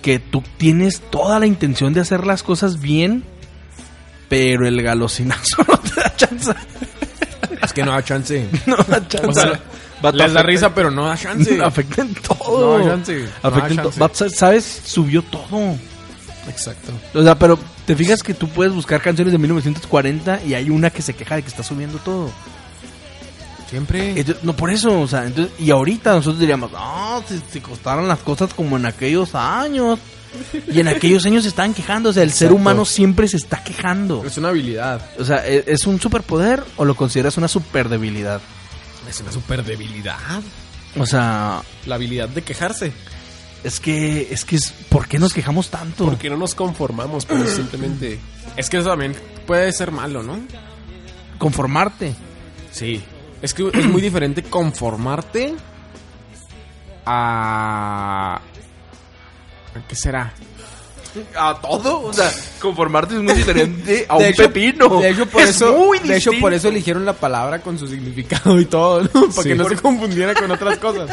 D: que tú tienes toda la intención de hacer las cosas bien, pero el galocinazo no te da chance?
B: Es que no da chance.
D: No da chance.
B: O sea,
D: Va-
B: les da
D: afecta-
B: risa, pero no da chance.
D: Afecta en todo.
B: No da chance, no
D: Afecta
B: da
D: en to-
B: chance.
D: va- ¿Sabes? Subió todo.
A: Exacto.
D: O sea, pero te fijas que tú puedes buscar canciones de 1940 y hay una que se queja de que está subiendo todo.
B: Siempre.
D: Entonces, no por eso, o sea, entonces, y ahorita nosotros diríamos, no, se, se costaron las cosas como en aquellos años. Y en aquellos años se estaban quejando, o sea, el ser humano siempre se está quejando.
B: Es una habilidad.
D: O sea, ¿e- ¿es un superpoder o lo consideras una superdebilidad?
B: Es una super debilidad.
D: O sea,
B: La habilidad de quejarse.
D: es que, es que, es, ¿por qué nos quejamos tanto?
A: Porque no nos conformamos, pero simplemente.
B: Es que eso también puede ser malo, ¿no?
D: Conformarte.
B: Sí. Es que es muy diferente conformarte a... ¿a ¿Qué será?
D: A todo, o sea, conformarte es muy diferente a
B: De hecho- De hecho, por eso, de hecho, por eso eligieron la palabra con su significado y todo, ¿no? Para
A: Sí.
B: que no se confundiera con otras cosas.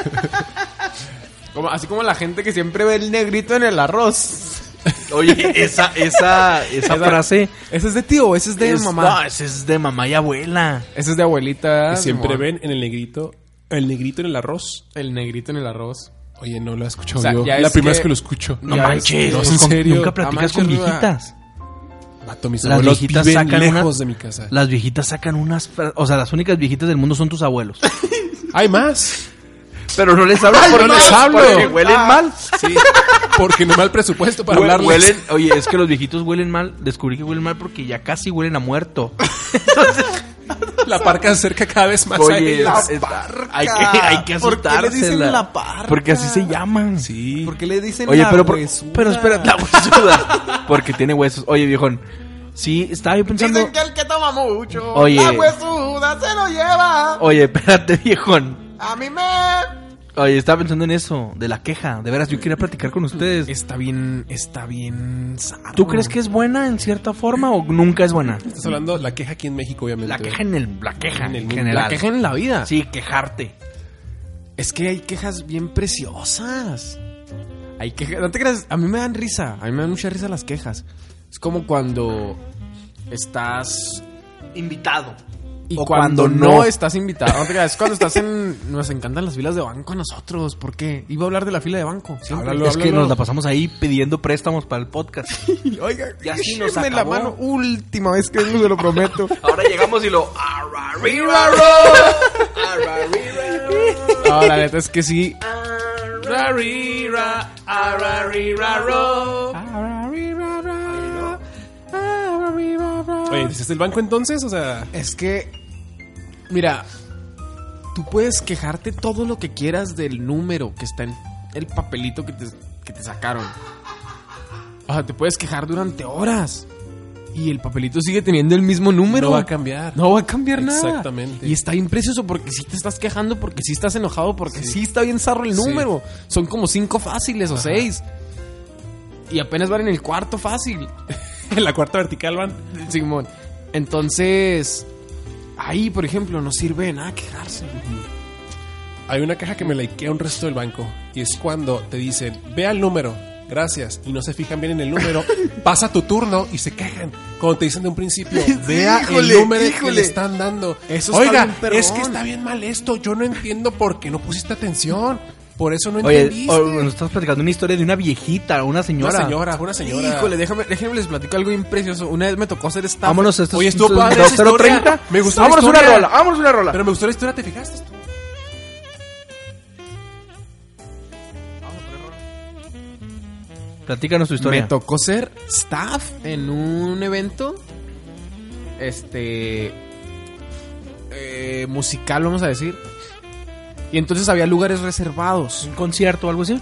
B: Como, así como la gente que siempre ve el negrito en el arroz.
D: Oye, esa, esa, esa frase.
B: Ese es de tío, ese es de
D: es- No,
B: mamá.
D: ese es de mamá y abuela.
B: Ese es de abuelita.
A: Y siempre
B: Ah, Simón.
A: ven en el negrito. El negrito en el arroz.
B: el negrito en el arroz.
A: Oye, no lo he escuchado
B: O sea,
A: yo.
B: ya
A: La
B: es
A: primera
B: que-
A: vez que lo escucho.
D: No
B: Ya
D: manches,
B: es- no,
D: pues,
A: en
D: con-
A: serio.
D: nunca
A: No
D: platicas
B: manches,
D: con
B: Ruda.
D: viejitas.
A: Vato, mis
D: Las
A: abuelos
D: viejitas
A: viven
D: sacan una-
A: lejos de mi casa.
D: Las viejitas sacan unas, fra- o sea, las únicas viejitas del mundo son tus abuelos.
A: Hay más.
D: Pero no les hablo por
A: no les hablo!
D: Porque huelen mal.
A: Sí, porque no me da el presupuesto para
D: Hue-
A: hablarles.
D: Huelen, oye, es que los viejitos huelen mal. Descubrí que huelen mal porque ya casi huelen a muerto. Entonces,
A: La parca se acerca cada vez más a
D: oye,
A: ellos.
D: es- es- hay que, hay que
F: ¿Por qué le dicen
D: asustársela.
F: la parca?
D: Porque así se llaman.
A: Sí.
F: ¿Por qué le dicen
D: Oye,
F: la
D: pero, por-
F: huesuda?
D: pero espera, la huesuda. Porque tiene huesos. Oye, viejón. Sí, estaba yo pensando.
F: Dicen que el que toma mucho,
D: Oye.
F: la huesuda se lo lleva.
D: Oye, espérate, viejón.
F: A mí me...
D: Oye, estaba pensando en eso, de la queja. De veras, yo quería platicar con ustedes.
B: Está bien, está bien. zarro.
D: ¿Tú crees que es buena en cierta forma o nunca es buena?
A: Estás hablando la queja aquí en México, obviamente.
D: La queja en el, la queja en
A: En el-
D: general.
B: la queja en la vida?
D: Sí, quejarte.
B: Es que hay quejas bien preciosas. Hay quejas. No te creas, a mí me dan risa. A mí me dan mucha risa las quejas. Es como cuando estás.
D: Invitado.
B: Y
D: O
B: cuando,
D: cuando
B: no.
D: no.
B: estás invitado. No te creas, es cuando estás en. Nos encantan las filas de banco a nosotros. ¿Por qué? Iba a hablar de la fila de banco. siempre.
A: Háblalo,
D: es que
A: háblalo.
D: nos la pasamos ahí pidiendo préstamos para el podcast.
B: Oiga,
D: Y así nos
B: échenme la
D: acabó.
B: mano. Última vez que vengo, se lo prometo.
D: Ahora llegamos y lo.
B: No, la neta es que sí. Ah,
A: Oye, ¿dices el banco entonces? O sea,
B: Es que, mira, tú puedes quejarte todo lo que quieras del número que está en el papelito que te, que te sacaron. O sea, te puedes quejar durante horas. Y el papelito sigue teniendo el mismo número.
A: no va a cambiar.
B: No va a cambiar nada.
A: Exactamente.
B: Y está bien precioso porque sí te estás quejando, porque sí estás enojado, porque sí, está bien zarro el
A: Sí.
B: número. Son como cinco fáciles o
A: Ajá.
B: seis. Y apenas van en el cuarto fácil.
A: En la cuarta vertical van.
B: Simón. Entonces, ahí, por ejemplo, no sirve de nada quejarse.
A: Hay una queja que me likea un resto del banco. Y es cuando te dicen, vea el número, gracias. Y no se fijan bien en el número. pasa tu turno y se quejan. Cuando te dicen de un principio, vea
F: híjole,
A: el número que
F: híjole.
A: le están dando.
F: Eso está
A: Oiga,
F: bien perrón.
A: es que está bien mal esto. Yo no entiendo por qué no pusiste atención. Por eso no
D: Oye,
A: entendiste.
D: o- nos estás platicando una historia de una viejita, una
A: una
D: señora.
A: señora, una señora.
F: Híjole, déjame, déjame les platico algo bien precioso. Una vez me tocó hacer esta.
D: Vámonos, esto
A: Oye,
D: es
A: estuvo padre esa
D: 2030.
A: historia. Me gustó la
D: Vámonos una
A: historia.
D: rola, vámonos una rola.
A: Pero me gustó la historia, ¿te fijaste?
D: Platícanos tu historia.
B: Me tocó ser staff en un evento. Este. eh, musical, vamos a decir. Y entonces había lugares reservados.
D: ¿Un concierto o algo así?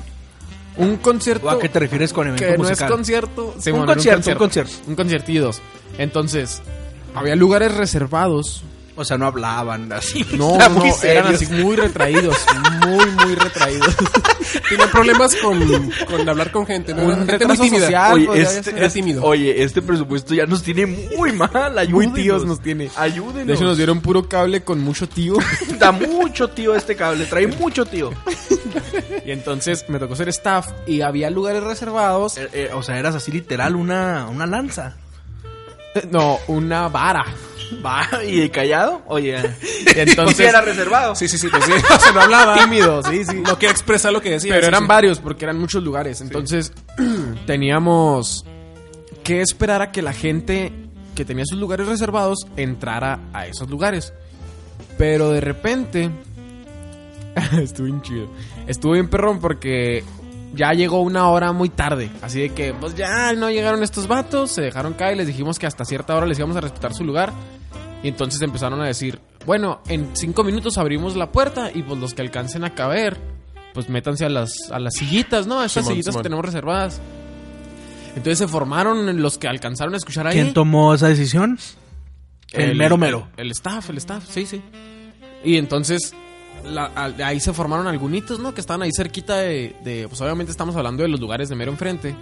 B: Un concierto.
D: ¿O a qué Ah, te refieres con evento
B: que no es
D: musical?
B: concierto. Simón,
D: un
B: era
D: concierto, un concierto.
B: Un concierto y dos. Entonces, había lugares reservados.
D: O sea, no hablaban así.
B: No,
D: Está
B: no,
D: muy
B: no, eran
D: serios.
B: así muy retraídos. Muy, muy retraídos.
A: Tenía problemas con, con hablar con gente. ¿no?
B: Un
A: Era gente muy
B: retraso
A: tímida.
B: social.
D: Oye,
B: podría
D: este,
A: ser. Era
D: este-
A: tímido.
D: oye, este presupuesto ya nos tiene muy mal. Ayúdenos.
B: tíos nos tiene.
D: Ayúdenos.
B: De hecho, nos dieron puro cable con mucho tío.
D: da mucho tío este cable. Trae mucho tío.
B: Y entonces me tocó ser staff y había lugares reservados.
D: Eh, eh, o sea, eras así literal una, una lanza.
B: No, una vara.
D: Va, y de callado. Oye,
B: Y entonces.
D: o sea, era reservado.
A: Sí, sí, sí, pues sí. O sea, no hablaba.
B: tímido, sí, sí.
A: No quería expresar lo que decía.
B: Pero
A: sí,
B: eran
A: sí.
B: varios porque eran muchos lugares. Entonces teníamos que esperar a que la gente que tenía sus lugares reservados entrara a esos lugares. Pero de repente estuvo bien chido. Estuvo bien perrón porque ya llegó una hora muy tarde. Así de que, pues ya no llegaron estos vatos, se dejaron caer y les dijimos que hasta cierta hora les íbamos a respetar su lugar. Y entonces empezaron a decir, bueno, en cinco minutos abrimos la puerta y pues los que alcancen a caber, pues métanse a las, a las sillitas, ¿no? A estas
A: Simón,
B: sillitas
A: Simón.
B: que tenemos reservadas. Entonces se formaron los que alcanzaron a escuchar ahí.
D: ¿Quién tomó esa decisión? El, mero mero.
B: El, el staff, el staff, sí, sí. Y entonces la- al- ahí se formaron algunitos, ¿no? Que estaban ahí cerquita de, de- Pues obviamente estamos hablando de los lugares de mero enfrente.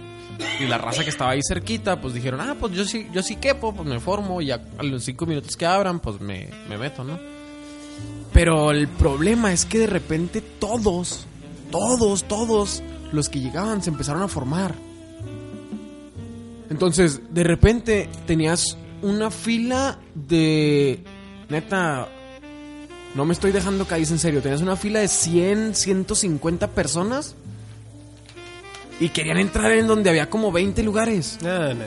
B: Y la raza que estaba ahí cerquita, pues dijeron, ah, pues yo sí, yo sí quepo, pues me formo. Y a, a los cinco minutos que abran, pues me, me meto, ¿no? Pero el problema es que de repente todos, todos, todos los que llegaban se empezaron a formar. Entonces, de repente tenías una fila de... Neta, no me estoy dejando caer en serio. Tenías una fila de 100, 150 personas y querían entrar en donde había como 20 lugares.
A: No, no, no.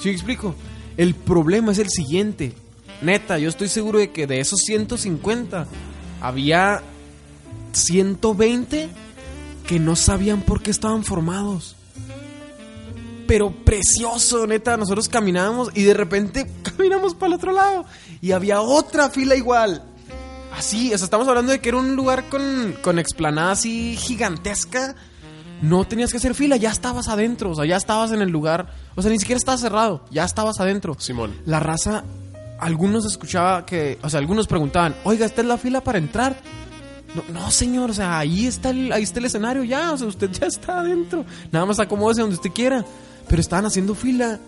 B: ¿Sí me explico? El problema es el siguiente. Neta, yo estoy seguro de que de esos 150 había 120 que no sabían por qué estaban formados. Pero precioso, neta, nosotros caminábamos y de repente caminamos para el otro lado y había otra fila igual. Así, o sea, estamos hablando de que era un lugar con, con explanada así gigantesca. No tenías que hacer fila, ya estabas adentro, o sea, ya estabas en el lugar. O sea, ni siquiera estaba cerrado, ya estabas adentro.
A: Simón.
B: La raza, algunos escuchaba que, o sea, algunos preguntaban, oiga, esta es la fila para entrar. No, no, señor, o sea, ahí está el, ahí está el escenario ya, o sea, usted ya está adentro. Nada más acomódese donde usted quiera. Pero estaban haciendo fila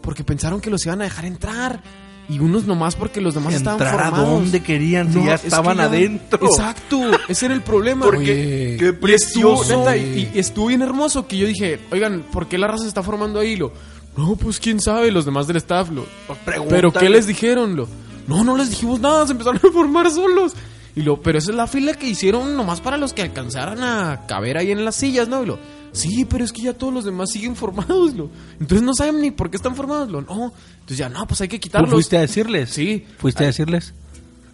B: porque pensaron que los iban a dejar entrar. Y unos nomás porque los demás estaban
D: Entrar a
B: formados.
D: donde querían, si
B: No,
D: ya
B: es que
D: estaban
B: ya-
D: adentro.
B: Exacto, ese era el problema.
A: Porque-
B: Oye,
A: qué
B: y estuvo,
A: precioso.
B: neta, y, y estuvo bien hermoso que yo dije, oigan, ¿por qué la raza se está formando ahí? Y Lo, no, pues quién sabe, los demás del staff. Lo, pero ¿qué les dijeron? Lo, no, no les dijimos nada, se empezaron a formar solos. Y lo, pero esa es la fila que hicieron nomás para los que alcanzaran a caber ahí en las sillas, ¿no? Y lo, sí, pero es que ya todos los demás siguen formados, lo. Entonces no saben ni por qué están formados, lo. No, entonces ya, no, pues hay que
D: ¿Tú
B: quitarlos.
D: fuiste a decirles?
B: Sí. Ah.
D: ¿Fuiste a decirles?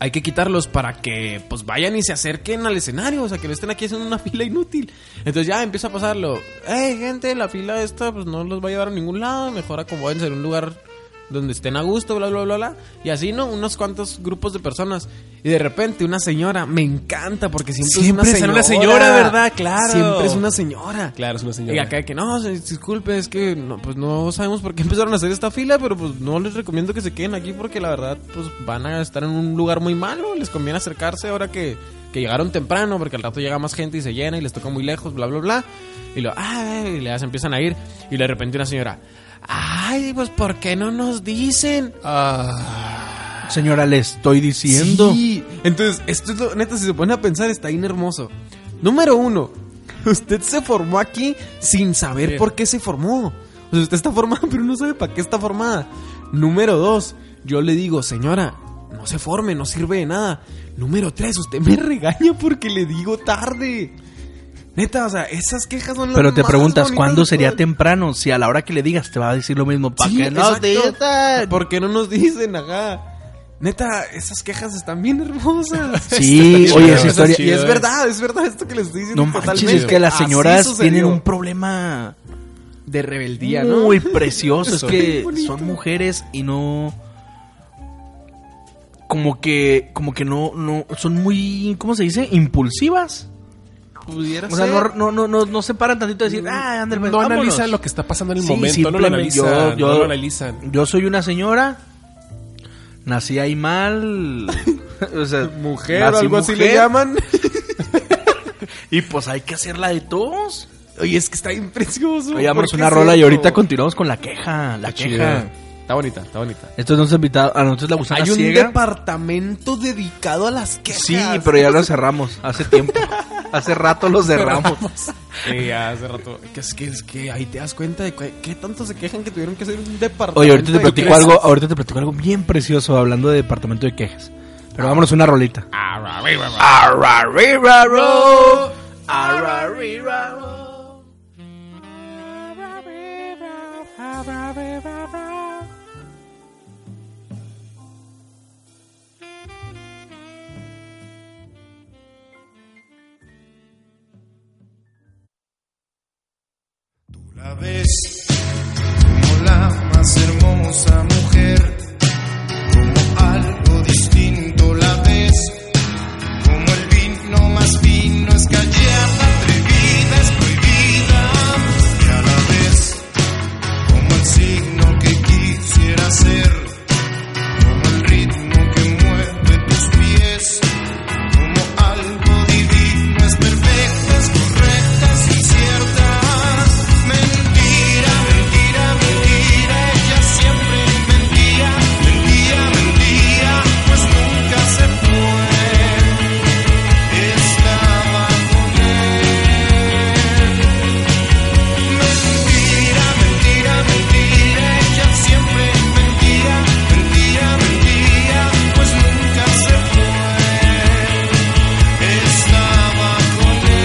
B: hay que quitarlos para que pues vayan y se acerquen al escenario, o sea, que no estén aquí haciendo una fila inútil. Entonces ya empieza a pasarlo. Hey, gente, la fila esta pues no los va a llevar a ningún lado, mejor acomódense en un lugar donde estén a gusto, bla, bla, bla, bla. Y así, ¿no? Unos cuantos grupos de personas. Y de repente una señora, me encanta porque siempre,
A: Siempre
B: es
A: será
B: una señora.
A: una señora, ¿verdad? Claro.
B: Siempre es una señora.
A: Claro, es una
B: Y
A: señora.
B: acá de que no, se- disculpe, es que no, pues no sabemos por qué empezaron a hacer esta fila, pero pues no les recomiendo que se queden aquí porque la verdad pues van a estar en un lugar muy malo, les conviene acercarse ahora que, que llegaron temprano porque al rato llega más gente y se llena y les toca muy lejos, bla, bla, bla. Y lo, ay, y le hacen- empiezan a ir y de repente una señora, ay, pues ¿por qué no nos dicen?
D: Señora, le estoy diciendo.
B: Sí. Entonces, esto es lo, neta, si se ponen a pensar, está bien hermoso. Número uno, usted se formó aquí sin saber por qué se formó. O sea, usted está formada, pero no sabe para qué está formada. Número dos, yo le digo, señora, no se forme, no sirve de nada. Número tres, usted me regaña porque le digo tarde. Neta, o sea, esas quejas son las
D: Pero te
B: más
D: preguntas,
B: bonitas
D: ¿cuándo
B: de
D: sería
B: todas.
D: temprano? Si a la hora que le digas te va a decir lo mismo. ¿Para
B: Sí,
D: qué no
B: exacto.
D: dices?
B: ¿Por qué no nos dicen acá? Neta, esas quejas están bien hermosas.
D: Sí,
B: Está chido.
D: oye, esa
B: Está
D: historia-
B: chido, Y es verdad, es verdad esto que les estoy diciendo.
D: No manches,
B: totalmente.
D: es que las
B: Así
D: señoras
B: sucedió.
D: tienen un problema
B: de rebeldía, ¿no?
D: muy precioso. es
B: Eso.
D: que
B: Bien bonito.
D: son mujeres y no. Como que, como que no, no, son muy, ¿cómo se dice? Impulsivas.
B: pudiera
D: O sea,
B: ser. Mm,
D: no, no, no, no, no se paran tantito a decir, ah, ándale, pues,
A: no
D: vámonos".
A: analizan lo que está pasando en el
D: Sí,
A: momento, no lo
D: simplemente
A: analizan,
D: yo- yo-
A: no lo analizan.
D: Yo soy una señora, nací ahí mal. o sea,
B: mujer o
D: nací
B: algo así le
D: mujer,
B: llaman.
D: Y pues hay que hacerla de todos.
B: Oye, es que está bien precioso.
D: Oye, vamos
B: ¿por qué
D: una
B: es
D: rola y
B: esto?
D: ahorita continuamos con la queja. La queja.
B: Está bonita, está bonita.
D: Esto nos invitado a nosotros ah, la gusana
B: Hay un
D: ciega.
B: departamento dedicado a las quejas.
D: Sí, pero ya lo cerramos hace tiempo. hace rato lo cerramos.
B: Sí, ya hace rato. Que es, que es que ahí te das cuenta de que- qué tanto se quejan que tuvieron que hacer un departamento.
D: Oye, ahorita te
B: de
D: platico
B: quejas.
D: algo, ahorita te platico algo bien precioso hablando de departamento de quejas. Pero vámonos una rolita.
B: Ah.
D: Arrariraró, arrariraró.
E: La ves como la más hermosa mujer, como algo distinto la ves, como el vino más fino es callada, atrevida, es prohibida. Y a la vez, como el signo que quisiera ser, como el ritmo que mueve tus pies, como algo divino es perfecta, es correcta, es incierta. Mentira, mentira, mentira, ella siempre mentía, mentía, mentía, pues nunca se fue. Estaba con él.
H: pues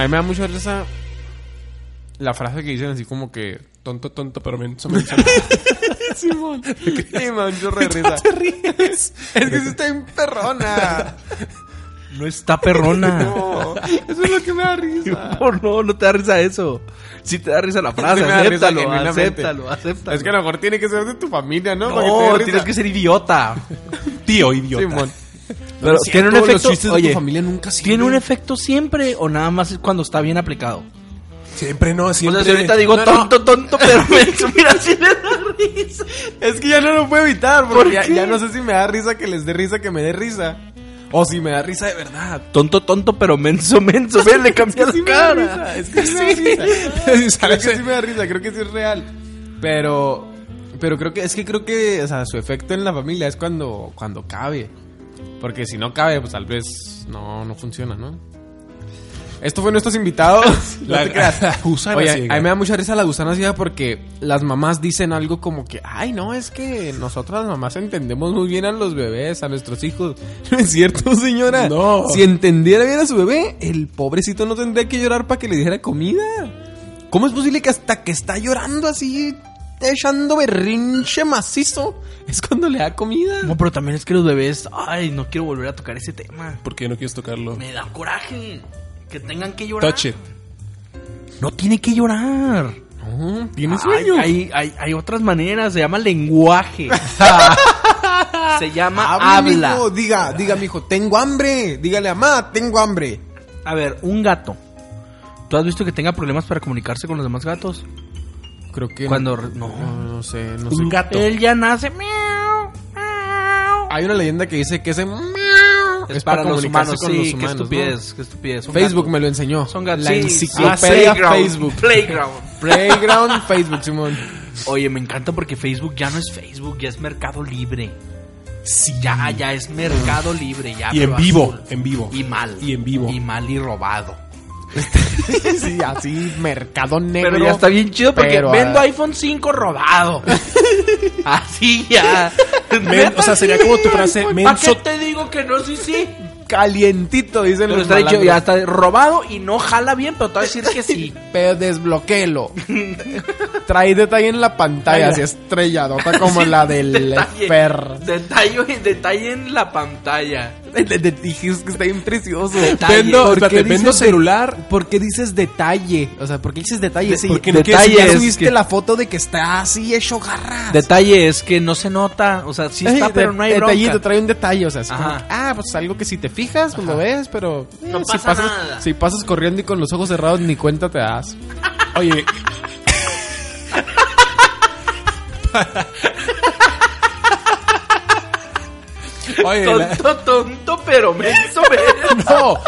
B: mí me da mucha risa la frase que dicen así como que
A: Tonto, tonto, pero menso, menso. menso.
B: Sí, man, yo re risa. Es que sí está bien perrona.
D: No está perrona.
B: No, eso es lo que me da risa.
D: Por no, no te da risa eso. Si te da risa la frase,
B: Sí me da risa
D: acéptalo,
B: genuinamente.
D: acéptalo, acéptalo.
B: Es que a lo mejor tiene que ser de tu familia, ¿no? Para te dé
D: no,
B: risa.
D: tienes que ser idiota. Tío, idiota.
B: Simón.
D: Pero tiene un
A: Todos
D: efecto.
A: los chistes de
D: oye,
A: tu familia nunca
D: ¿tiene un
A: sirven.
D: efecto siempre o nada más cuando está bien aplicado?
A: Siempre no,
D: O
A: siempre.
D: sea, si ahorita digo
A: No, no.
D: tonto, tonto, pero me mira si me da risa.
B: Es que ya no lo puedo evitar, porque
D: ¿Por
B: ya,
D: qué?
B: ya no sé si me da risa que les dé risa que me dé risa. O si me da risa de verdad.
D: Tonto, tonto, pero menso, menso. Ve, le cambié la
B: sí me da
D: cara.
B: risa, es que sí me da risa. Creo que sí me da risa, creo que sí es real. Pero pero creo que es que creo que, o sea, su efecto en la familia es cuando cuando cabe. Porque si no cabe, pues tal vez no no funciona, ¿no? Esto fue nuestros invitados. No
A: La-
B: te creas.
A: la
C: Ah,
A: gusana
B: Oye,
A: ciega.
B: a mí me da mucha risa la gusana ciega porque las mamás dicen algo como que, ay, no, es que nosotras las mamás entendemos muy bien a los bebés, a nuestros hijos. No es cierto, señora.
A: No.
B: Si entendiera bien a su bebé, el pobrecito no tendría que llorar para que le diera comida. ¿Cómo es posible que hasta que está llorando así, echando berrinche macizo, es cuando le da comida?
D: No, pero también es que los bebés. Ay, no quiero volver a tocar ese tema.
A: ¿Por qué no quieres tocarlo?
D: Me da coraje que tengan que llorar.
A: Touch it.
D: No tiene que llorar.
B: No, tiene
D: Ay,
B: sueño.
D: Ah, Hay, hay, hay otras maneras, se llama lenguaje. se llama
B: Hable,
D: habla.
B: mijo, diga, diga, mijo, tengo hambre. Dígale, mamá, tengo hambre.
D: A ver, un gato. ¿Tú has visto que tenga problemas para comunicarse con los demás gatos?
B: Creo que
D: Cuando re-
B: no,
D: no.
B: no sé, no sé. Eh,
D: Un gato. Él ya nace. miau, miau.
B: Hay una leyenda que dice que ese miau
D: Es para, los
B: comunicarse
D: humanos, sí, qué
B: ¿no?
D: estupidez, qué estupidez. Son
B: Facebook
D: gatos.
B: me lo enseñó.
D: Son gatos.
B: La
D: Sí.
B: enciclopedia
D: Ah, Playground,
B: Facebook.
D: Playground.
B: Playground Facebook, Simón.
D: Oye, me encanta porque Facebook ya no es Facebook, ya es Mercado Libre. Sí. Ya, ya es Mercado Libre. Ya,
A: Y en
D: pero
A: vivo,
D: azul.
A: en vivo.
D: Y mal.
A: Y en vivo.
D: Y mal y robado.
B: sí, así, mercado negro.
D: Pero, ya está bien chido porque
B: pero,
D: vendo
B: ah,
D: iPhone 5 robado. Así ya.
A: Men- o sea, sería como tu frase,
D: ¿Para qué
A: menso-
D: te digo que no? Sí, sí.
B: Calientito, dicen
D: Pero
B: los
D: está dicho,
B: malandros.
D: ya está robado y no jala bien, pero te va a decir que sí.
B: Pero desbloquéelo. Trae detalle en la pantalla, así estrelladota como
D: Sí,
B: la del
D: detalle,
B: Fer.
D: Detalle, detalle en la pantalla.
B: Dijiste que está bien precioso.
D: Detalle.
A: Vendo,
D: ¿Por qué
A: espérate,
B: dices
A: vendo
B: de-
A: celular.
B: ¿Por qué dices detalle? O sea, ¿por qué dices detalle? Sí,
A: porque no
B: detalle
A: quieres-
B: ya
D: es
B: subiste
D: que-
B: la foto de que está así hecho garra.
D: Detalle es que no se nota, o sea, sí está,
B: Ey,
D: pero
B: de-
D: no hay
B: detallito,
D: bronca.
B: trae un detalle, o sea, es como
D: Ajá.
B: que, ah, pues algo que si te fijas, pues lo ves, pero eh,
D: No
B: si
D: pasa
B: pasas,
D: nada.
B: si pasas corriendo y con los ojos cerrados ni cuenta te das.
A: Oye,
B: Oye, la-
D: Tonto, tonto, pero menso, menso.
B: no.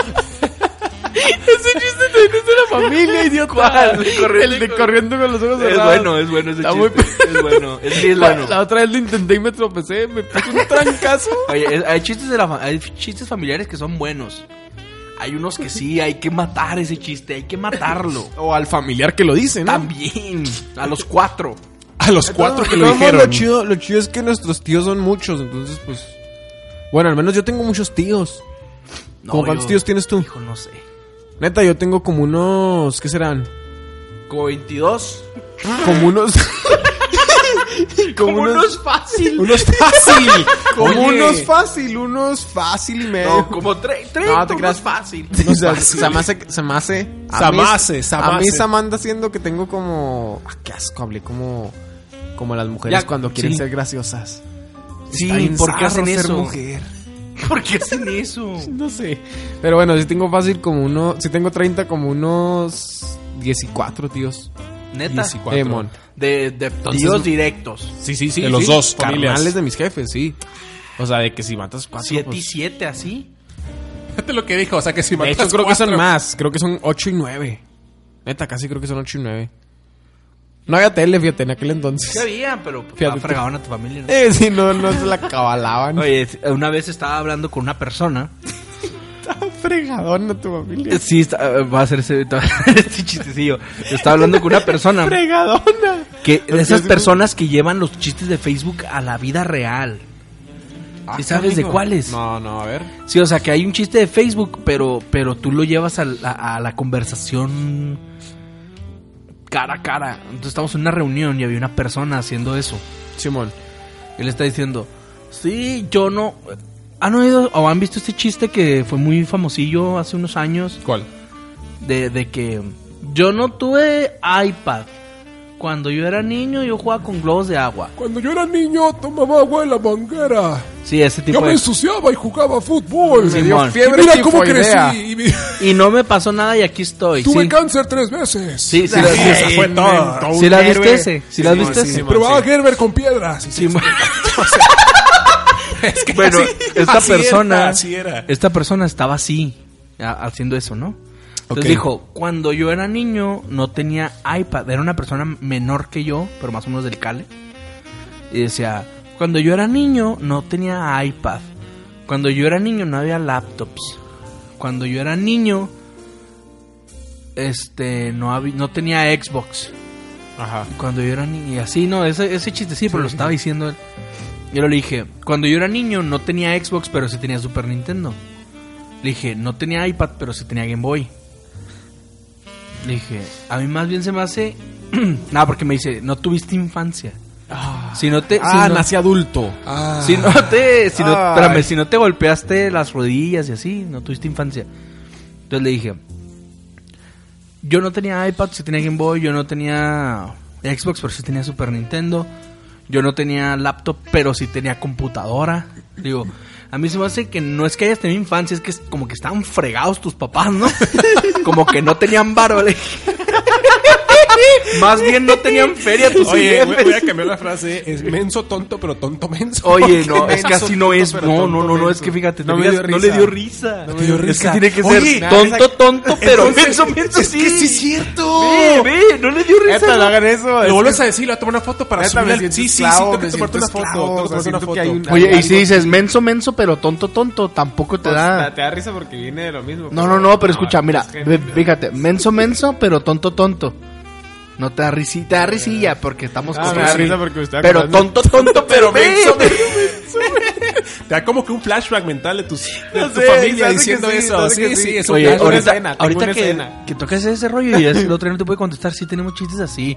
B: Ese chiste te dices de la familia, idiota.
D: ¿Cuál?
B: El de corriendo con los ojos
D: Es
B: cerrados.
D: bueno, es bueno ese
B: Está muy
D: chiste. Es bueno, es, sí es
B: La,
D: bueno.
B: la otra vez lo intenté y me tropecé, me puse un trancazo.
D: Oye, es- hay chistes, de la fa- hay chistes familiares que son buenos. Hay unos que sí, hay que matar ese chiste, hay que matarlo.
B: O al familiar que lo dice, ¿no?
D: También, a los cuatro.
A: a los cuatro que lo
B: Vamos,
A: dijeron.
B: Lo chido, lo chido es que nuestros tíos son muchos, entonces pues... Bueno, al menos yo tengo muchos tíos.
D: No,
B: ¿Cómo cuántos
D: yo-
B: tíos tienes tú?
D: Hijo, no sé.
B: Neta, yo tengo como unos... ¿Qué serán?
D: Como 22.
B: Como unos...
D: Como unos fácil.
B: Unos fácil. como
D: Oye.
B: unos fácil, unos fácil y medio.
D: No, como 30.
B: No,
D: No,
B: te
D: te
B: creas.
D: fácil.
B: O sea, se me hace, se me hace. a mí-
A: Samase, samase.
B: A mí se me anda haciendo que tengo como. Ah, qué asco, hablé como. Como las mujeres
D: Ya,
B: cuando quieren
D: sí.
B: ser graciosas.
D: Sí,
B: Está bien
D: ¿por qué
B: zarro
D: hacen
B: ser
D: eso?
B: mujer.
D: ¿Por qué hacen eso?
B: No sé. Pero bueno, si tengo fácil como uno. Si tengo 30, como unos. 14, tíos.
D: Neta.
A: 14.
B: Demon.
D: De, de tíos directos.
B: Sí, sí, sí.
A: De los dos, familias.
B: Carnales de mis jefes, sí. O sea, de que si matas cuatro.
D: 7 y
B: pues-
D: 7, así.
A: Fíjate lo que dijo, o sea que si
B: De
A: matas
B: hecho, creo que son
A: cuatro-
B: más. Creo que son 8 y 9. Neta, casi creo que son 8 y 9. No había tele, fíjate, en aquel
D: Sí
B: entonces.
D: había, pero pues,
B: Fíjate
D: estaba
B: tú.
D: fregaban a tu familia. ¿no?
B: Eh, si no, no se la cabalaban.
D: Oye, una vez estaba hablando con una persona.
B: Estaba fregadón a tu familia.
D: Sí, está- va a ser ese, este chistecillo. Estaba hablando con una persona.
B: Fregadona.
D: Que de
B: Porque
D: esas
B: es-
D: personas que llevan los chistes de Facebook a la vida real. ¿Sí sabes de cuáles?
B: Ah, No, no, a ver.
D: Sí, o sea, que hay un chiste de Facebook, pero, pero tú lo llevas a la, a la conversación cara a cara. Entonces estamos en una reunión y había una persona haciendo eso.
B: Simón.
D: Él está diciendo, sí, yo no... ¿Han oído o han visto este chiste que fue muy famosillo hace unos años?
A: ¿Cuál?
D: De, de que yo no tuve iPad. Cuando yo era niño yo jugaba con globos de agua.
A: Cuando yo era niño tomaba agua de la manguera.
D: Sí, ese tipo
A: Yo me
D: de...
A: ensuciaba y jugaba fútbol.
D: Me dio
B: pues. fiebre
A: Y mira cómo
B: tifoidea.
A: crecí. y mi-
D: Y no me pasó nada y aquí estoy.
A: Tuve
D: sí.
A: cáncer tres veces.
D: Sí, sí, la- sí,
B: Ey,
D: fue
B: inventó
D: todo.
B: un
D: ¿Sí la
B: héroe.
D: viste ese? ¿Sí la viste ese?
B: Simón,
A: Probaba Gerber con piedras. Sí,
D: Sí, mo- bueno, esta
A: así
D: persona,
A: era, así era.
D: esta persona estaba así a- haciendo eso, ¿no? Entonces
A: Ok.
D: dijo, cuando yo era niño no tenía iPad, era una persona menor que yo, pero más o menos del cale. Y decía, cuando yo era niño no tenía iPad. Cuando yo era niño no había laptops. Cuando yo era niño este no había, no tenía Xbox.
B: Ajá.
D: Cuando yo era niño, y así, no, ese, ese chiste sí, pero lo estaba diciendo él. Yo le dije, cuando yo era niño no tenía Xbox, pero sí tenía Super Nintendo. Le dije, no tenía iPad, pero sí tenía Game Boy. Le dije, a mí más bien se me hace... Nada, porque me dice, no tuviste infancia. Si no te...
B: Ah,
D: si no-
B: nací adulto.
A: Ah,
D: si no te, si no,
B: Ay.
D: espérame, si no te golpeaste las rodillas y así, no tuviste infancia. Entonces le dije, yo no tenía iPad, sí tenía Game Boy, yo no tenía Xbox, pero sí tenía Super Nintendo, yo no tenía laptop, pero sí tenía computadora. Digo, a mí se me hace que no es que hayas tenido infancia, es que es como que estaban fregados tus papás, ¿no? como que no tenían varo, le dije. Más bien no tenían feria tus
A: Oye, voy,
D: jefes.
A: voy a cambiar la frase. Es menso tonto, pero tonto menso.
D: Oye, no, es que
B: menso,
D: así no
B: tonto,
D: es.
B: pero
D: No,
B: tonto
D: no, no, no, es
B: menso.
D: que fíjate,
B: No
D: te
B: me
D: fijas,
B: dio
D: no le
B: risa.
D: dio risa.
A: No me dio
D: Es que
A: risa.
D: tiene que ser
A: Oye,
D: tonto, tonto, pero
A: Entonces,
D: menso, menso,
A: es
D: sí.
A: que sí es cierto.
D: Ve, ve, no le dio risa.
B: Neta, no
D: güey.
B: hagan eso.
A: Lo
B: es
A: vuelves
B: que-
A: a decir, le voy a tomar una foto para
B: Neta, me
A: subirla. al-
B: siento
A: Sí, sí, sí,
B: esclavo,
A: tengo que
B: me
A: tomarte una
B: siento
A: foto.
B: esclavo,
A: tengo
B: o
A: que
B: sea,
A: tomarte una
B: siento que hay
A: foto.
B: un-
G: Oye, y si dices menso, menso, pero tonto, tonto, tampoco te
B: o sea,
G: da.
B: Ah, Te da risa porque viene de lo mismo.
G: No, no, no, pero escucha, mira,
B: es que-
G: ve- fíjate, menso, menso, pero tonto, tonto. No te da risita, te da risilla porque estamos
B: Ah,
G: con
B: me da
G: risa.
B: risa porque me estaba
G: Pero
B: acordando.
G: tonto, tonto, pero menso.
A: Te da como que un flashback mental de, tus, de
B: No
A: tu
B: sé, se
A: familia
B: hace
A: diciendo
B: que sí, se
A: eso.
B: hace
A: Sí,
B: que
A: sí,
B: sí.
A: es un
D: Oye,
B: Tengo una
A: flashback.
D: ahorita,
B: escena, tengo
D: ahorita
B: una
D: que,
B: escena.
D: que tocas ese rollo y es- el otro día no te puede contestar, sí tenemos chistes así.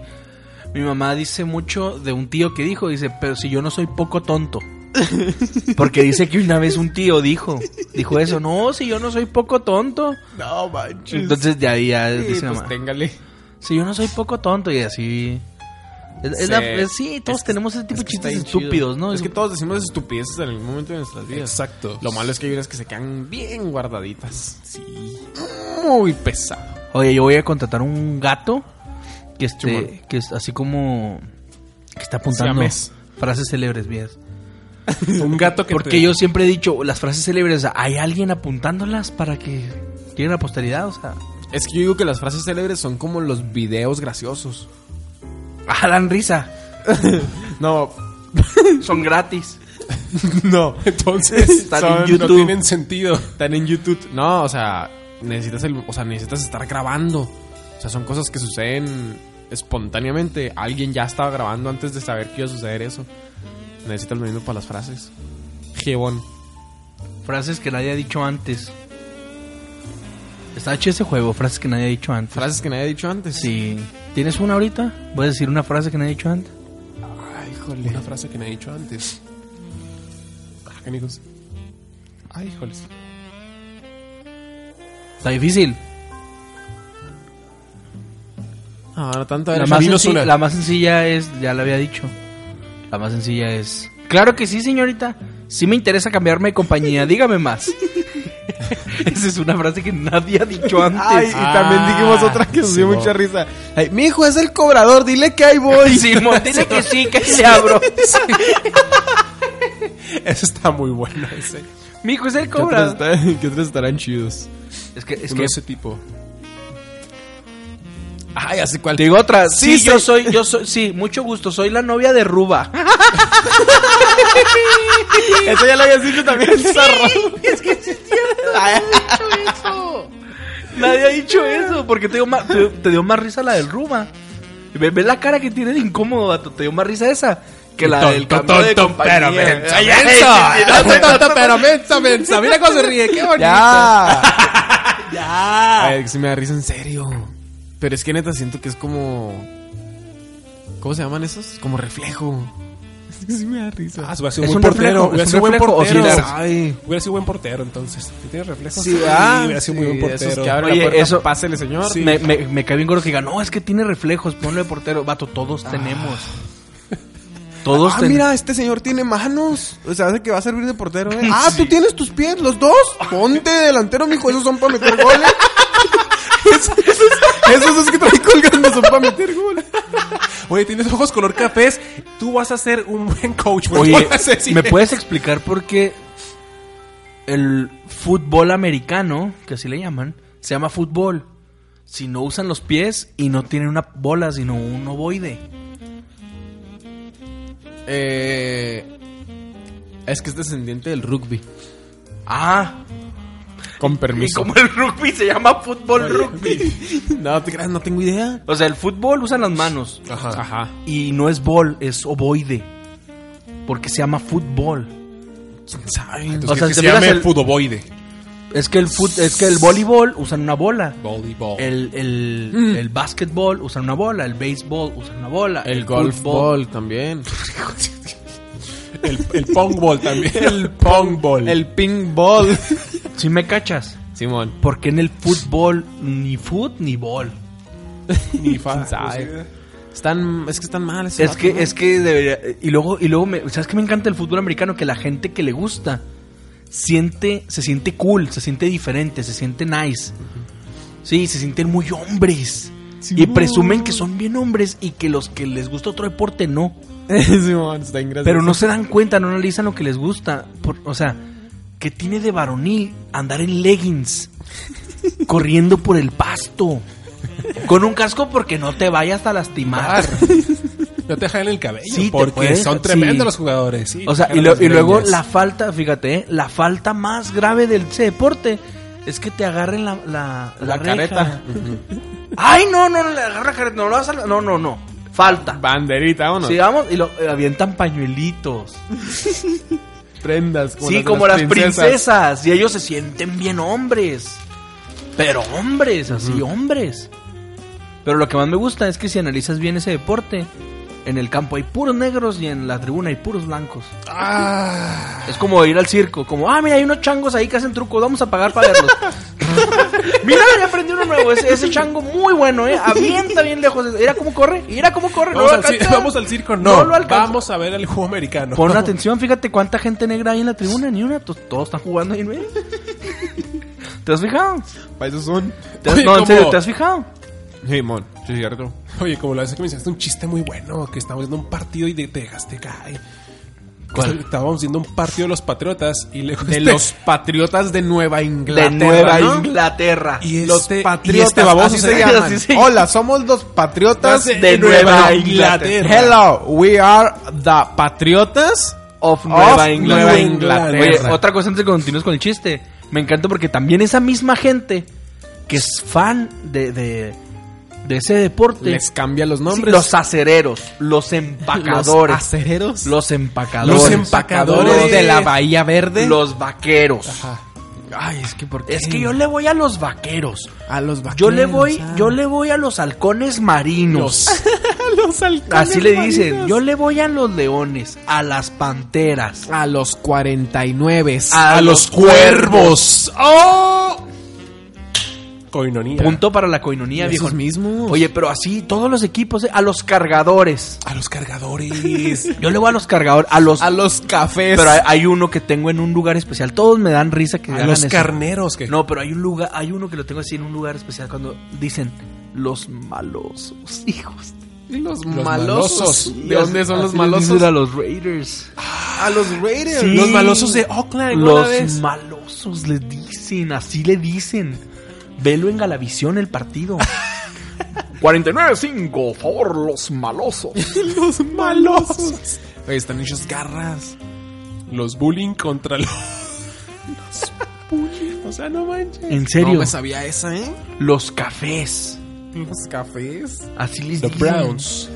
D: Mi mamá dice mucho de un tío que dijo, dice, pero si yo no soy poco tonto. Porque dice que una vez un tío dijo, dijo eso, no, si yo no soy poco tonto.
B: No, manches.
D: Entonces de ahí ya
B: Sí,
D: dice
B: pues
D: mamá.
B: téngale.
D: Si yo no soy poco tonto y así. Es, es
B: Sí.
D: la- es- sí, todos tenemos ese tipo de chistes estúpidos, ¿no?
B: Es que todos decimos estupideces en algún momento de nuestras vidas.
A: Exacto.
B: Lo malo es que hay unas que se quedan bien guardaditas. Sí. Muy pesado.
D: Oye, yo voy a contratar un gato que
B: Simón.
D: esté, que es así como que está apuntando
B: Siamés. Este,
D: frases célebres, ¿vías?
A: Un gato que
D: Porque
A: te-
D: yo siempre he dicho las frases célebres, hay alguien apuntándolas para que lleguen a posteridad, o sea,
B: Es que yo digo que las frases célebres son como los videos graciosos.
D: ah, dan risa,
B: No,
D: son gratis.
B: no.
A: Entonces,
D: Están en
A: son- no
D: YouTube.
A: tienen sentido.
B: Están en YouTube. No, o sea, necesitas el, o sea, necesitas estar grabando. O sea, son cosas que suceden espontáneamente. Alguien ya estaba grabando antes de saber que iba a suceder eso. Necesitas lo mismo para las frases. Jebón.
D: Frases que nadie ha dicho antes. Está hecho ese juego, frases que nadie ha dicho antes.
B: Frases que nadie ha dicho antes.
D: Sí. ¿Tienes una ahorita? Voy a decir una frase que nadie ha dicho antes.
A: Ay, híjole. Una frase que me he dicho antes. Ah, canijos. Ay, híjoles.
D: Está difícil.
B: No, no tanto. A ver,
D: La más,
A: Dinos
D: senci-
A: una.
D: la más sencilla es, ya la había dicho. La más sencilla es. Claro que sí, señorita. Sí me interesa cambiarme de compañía. Dígame más. Esa es una frase que nadie ha dicho antes.
B: Ay, y
A: Ah,
B: también dijimos otra que nos dio mucha risa. Ay, mi hijo es el cobrador, dile que ahí voy.
D: Simón, dile que sí, que le abro.
A: Eso está muy bueno ese.
D: Mijo, es el
B: ¿Qué otros,
D: cobra.
B: está- qué otros estarán chidos?
D: Es que, es
A: Uno de
D: que
A: ese tipo.
B: Ay, así cual.
D: Te digo otra. Sí,
B: Sí,
D: yo
B: sí.
D: soy, yo soy, sí, mucho gusto. Soy la novia de Ruba.
B: Eso ya lo había dicho también el zarro.
D: Nadie ha dicho eso, porque te dio más, te, te dio más risa la del Ruba. Ve, ve la cara que tiene de incómodo, vato. Te dio más risa esa
C: que la del cambio de compañía.
A: ¡Ay, menso! Tonto, tonto, pero menso, menso. Mira cómo se ríe, qué bonito.
B: ¡Ya! ¡Ya! Ay, se me da risa en serio. Pero es que neta siento que es como. ¿Cómo se llaman esos? Como reflejo. Es que sí me da risa.
A: Ah, hubiera sido
D: Es
A: un buen
D: un
A: portero.
D: reflejo,
A: Hubiera
D: es
A: sido
D: un
A: buen
D: reflejo, o sí,
A: portero.
D: la-
A: Ay, Hubiera sido buen portero, entonces. Si tienes reflejos, sí,
B: ¿verdad?
A: hubiera sido muy buen
B: ah, Sí, esos
A: portero.
B: que abren
D: Oye,
B: la puerta,
D: eso-
B: pásele, señor.
A: Sí.
D: Me, me, me cae bien gordo que diga, no, es que tiene reflejos, ponle de portero. Vato, todos tenemos. Todos
B: Ah,
D: ten-
B: mira, este señor tiene manos. O sea, hace que va a servir de portero, ¿eh? Ah, tú tienes tus pies, los dos. Ponte delantero, mijo. Esos son para meter goles. esos, esos- esos dos que trae colgando son para meter goles.
A: Oye, tienes ojos color cafés. Tú vas a ser un buen coach, güey.
D: Oye,
A: No sé si-
D: ¿me puedes explicar por qué el fútbol americano, que así le llaman, se llama fútbol? Si no usan los pies y no tienen una bola, sino un ovoide.
B: Eh, es que es descendiente del rugby.
D: Ah,
B: Con
D: y
B: permiso.
D: como el rugby se llama fútbol rugby.
B: No, te creas, no tengo idea.
D: O sea, el fútbol usan las manos.
A: Ajá.
B: Ajá.
D: Y no es bol, es ovoide. Porque se llama fútbol.
B: ¿Quién sabe?
D: O sea,
A: que
D: si
A: se
D: miras
A: llame
D: el-
A: Fudoboide.
D: Es que el fut, es que el voleibol usan una bola.
A: Voleibol.
D: El, el, el básquetbol usan una bola. El béisbol usan una bola.
B: el golf
D: fútbol-
B: ball también.
A: El, el pong ball también. El pong ball.
B: El ping ball.
D: Si me cachas,
B: Simón.
D: porque en el fútbol ni foot ni ball.
A: ni fa-
B: sabe. Están, es que están mal. esos
D: Es
B: vatos,
D: que
B: ¿no?
D: es que debería y luego y luego me, sabes que me encanta el fútbol americano que la gente que le gusta siente se siente cool, se siente diferente, se siente nice. Sí, se sienten muy hombres. y presumen que son bien hombres y que los que les gusta otro deporte no.
B: Simón, está ingresivo.
D: Pero no se dan cuenta, no analizan lo que les gusta. Por- o sea, ¿qué tiene de varonil andar en leggings? corriendo por el pasto. Con un casco porque no te vayas a
A: Ah,
D: lastimar.
A: No te jalan el cabello.
D: Sí, te
A: porque
D: puedes-
A: son
D: sí.
A: tremendos los jugadores. sí,
D: O
A: te
D: sea, y,
A: jalan
D: lo-
A: los
D: y luego
A: greñas.
D: la falta, fíjate, eh, la falta más grave del ese deporte es que te agarren la, la, la reja.
B: careta.
D: Ay, no, no, no, le agarra la careta, no lo vas a- No, no, no. Falta.
B: Banderita, vámonos.
D: Sí, vamos, y lo eh, avientan pañuelitos.
B: prendas.
D: sí, como las princesas. Y ellos se sienten bien hombres. Pero hombres, así, hombres. Pero lo que más me gusta es que si analizas bien ese deporte, en el campo hay puros negros y en la tribuna hay puros blancos.
B: Ah.
D: Es como ir al circo, como, ah, mira, hay unos changos ahí que hacen trucos, vamos a pagar para verlos. mira, ya aprendí uno nuevo, ese, ese chango muy bueno, ¿eh? Avienta bien lejos. Mira cómo corre, mira cómo corre.
A: Vamos,
D: no
A: al,
D: lo
A: cir-
D: alcanza.
A: vamos al circo, no.
D: No lo alcanza.
A: vamos a ver el juego americano.
D: Pon atención, fíjate cuánta gente negra hay en la tribuna, ni una, to- todos están jugando ahí en medio. ¿Te has fijado?
B: Para eso son.
D: ¿Te has-
A: Oye,
D: no,
A: ¿cómo?
D: en serio, ¿te has fijado?
B: Simón, sí, es cierto.
A: Oye, como la vez que me hiciste un chiste muy bueno, que estábamos viendo un partido y de- te dejaste caer.
D: ¿Cuál?
A: Estábamos viendo un partido de los Patriotas y luego
B: De
A: este-
B: los patriotas de Nueva
D: De
B: Inglaterra.
D: Nueva
B: ¿no?
D: Inglaterra.
A: y este,
B: Los
A: y
B: patriotas.
A: este baboso
B: así
A: se
B: se
A: llama.
B: llaman.
D: así se-
B: Hola, somos los patriotas
A: De
B: de
A: Nueva
B: Nueva
A: Inglaterra.
B: Inglaterra. Hello, we are the patriotas.
D: Of
B: Nueva Inglaterra.
A: Nueva Inglaterra.
D: Oye, otra cosa antes de que continúes con el chiste. Me encanta porque también esa misma gente que es fan de, de, de ese deporte.
B: Les cambia los
D: Sí,
B: nombres.
D: los acereros, los empacadores.
B: Los acereros.
D: Los empacadores.
A: Los empacadores
D: de la
B: Bahía Verde.
D: Los vaqueros.
B: Ay, es que porque.
D: Es que yo le voy a los vaqueros.
B: A los vaqueros.
D: Yo le voy,
B: ah.
D: yo le voy a los halcones marinos.
B: Los halcones
D: Así le dicen,
B: marinos.
D: yo le voy a los leones, a las panteras,
B: A los 49.
F: Ah,
D: a, los cuervos.
A: Coinonía.
D: Punto para la coinonía, viejo.
B: Esos mismos.
D: Oye, pero así todos los equipos, eh, a los cargadores.
A: A los cargadores.
D: Yo le voy a los cargadores, a los
B: a los cafés.
D: pero hay, hay uno que tengo en un lugar especial. Todos me dan risa que
A: a
D: hagan
A: los
D: eso.
A: carneros. Que...
D: No, pero hay un lugar, hay uno que lo tengo así en un lugar especial cuando dicen los malos hijos.
B: los,
A: malosos.
B: ¿De dónde son los
D: Así les
B: malosos?
D: dicen
B: Ah,
D: A los Raiders.
B: A los Raiders.
D: Sí.
A: Los malosos de oh, Oakland. ¿no la
D: Los
A: ves?
D: malosos le dicen, así le dicen. Velo en Galavisión el partido. 49-5, favor, los malosos.
B: Los malosos. Oye, están hechos garras.
A: Los bullying contra los... bullying. O sea, no manches.
D: En serio,
B: No me sabía esa, ¿eh?
D: los cafés.
B: Los cafés.
D: Así les
A: The
D: dicen.
A: Browns.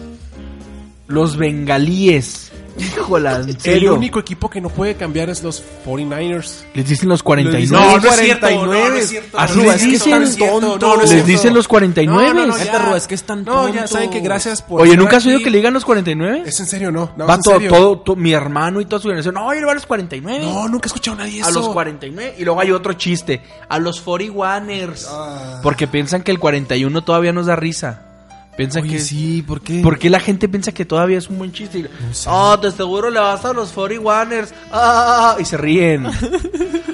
D: Los bengalíes. Híjole, ¿en
A: El
D: serio?
A: único equipo que no puede cambiar es los 49ers.
D: Les dicen los 49.
A: No,
B: no es
A: cierto, no, no es cierto,
D: Así
A: no
D: es que
A: cierto,
D: están
A: no es cierto,
D: tontos.
A: no, no es
D: Les
A: cierto.
D: dicen los 49.
A: No, no, no,
D: Neta,
A: ya.
D: Rúa,
F: es que están
A: No, ya
F: tontos.
A: saben que gracias por.
D: Oye,
A: estar
D: ¿nunca has oído
A: aquí.
D: que le digan los 49?
A: Es en serio, no. no,
D: Va
A: es en
D: todo,
A: serio.
D: todo, todo- mi hermano y toda su generación. No, yo a los 49.
A: No, nunca he escuchado a nadie eso.
D: a los 49. Y luego hay otro chiste. A los 41ers.
A: Ah.
D: Porque piensan que el 41 todavía nos da risa. Piensan que
F: sí, ¿por qué?
D: ¿Por qué la gente piensa que todavía es un buen chiste? Y- Ah, te seguro le vas a los 41ers. Ah, y se ríen.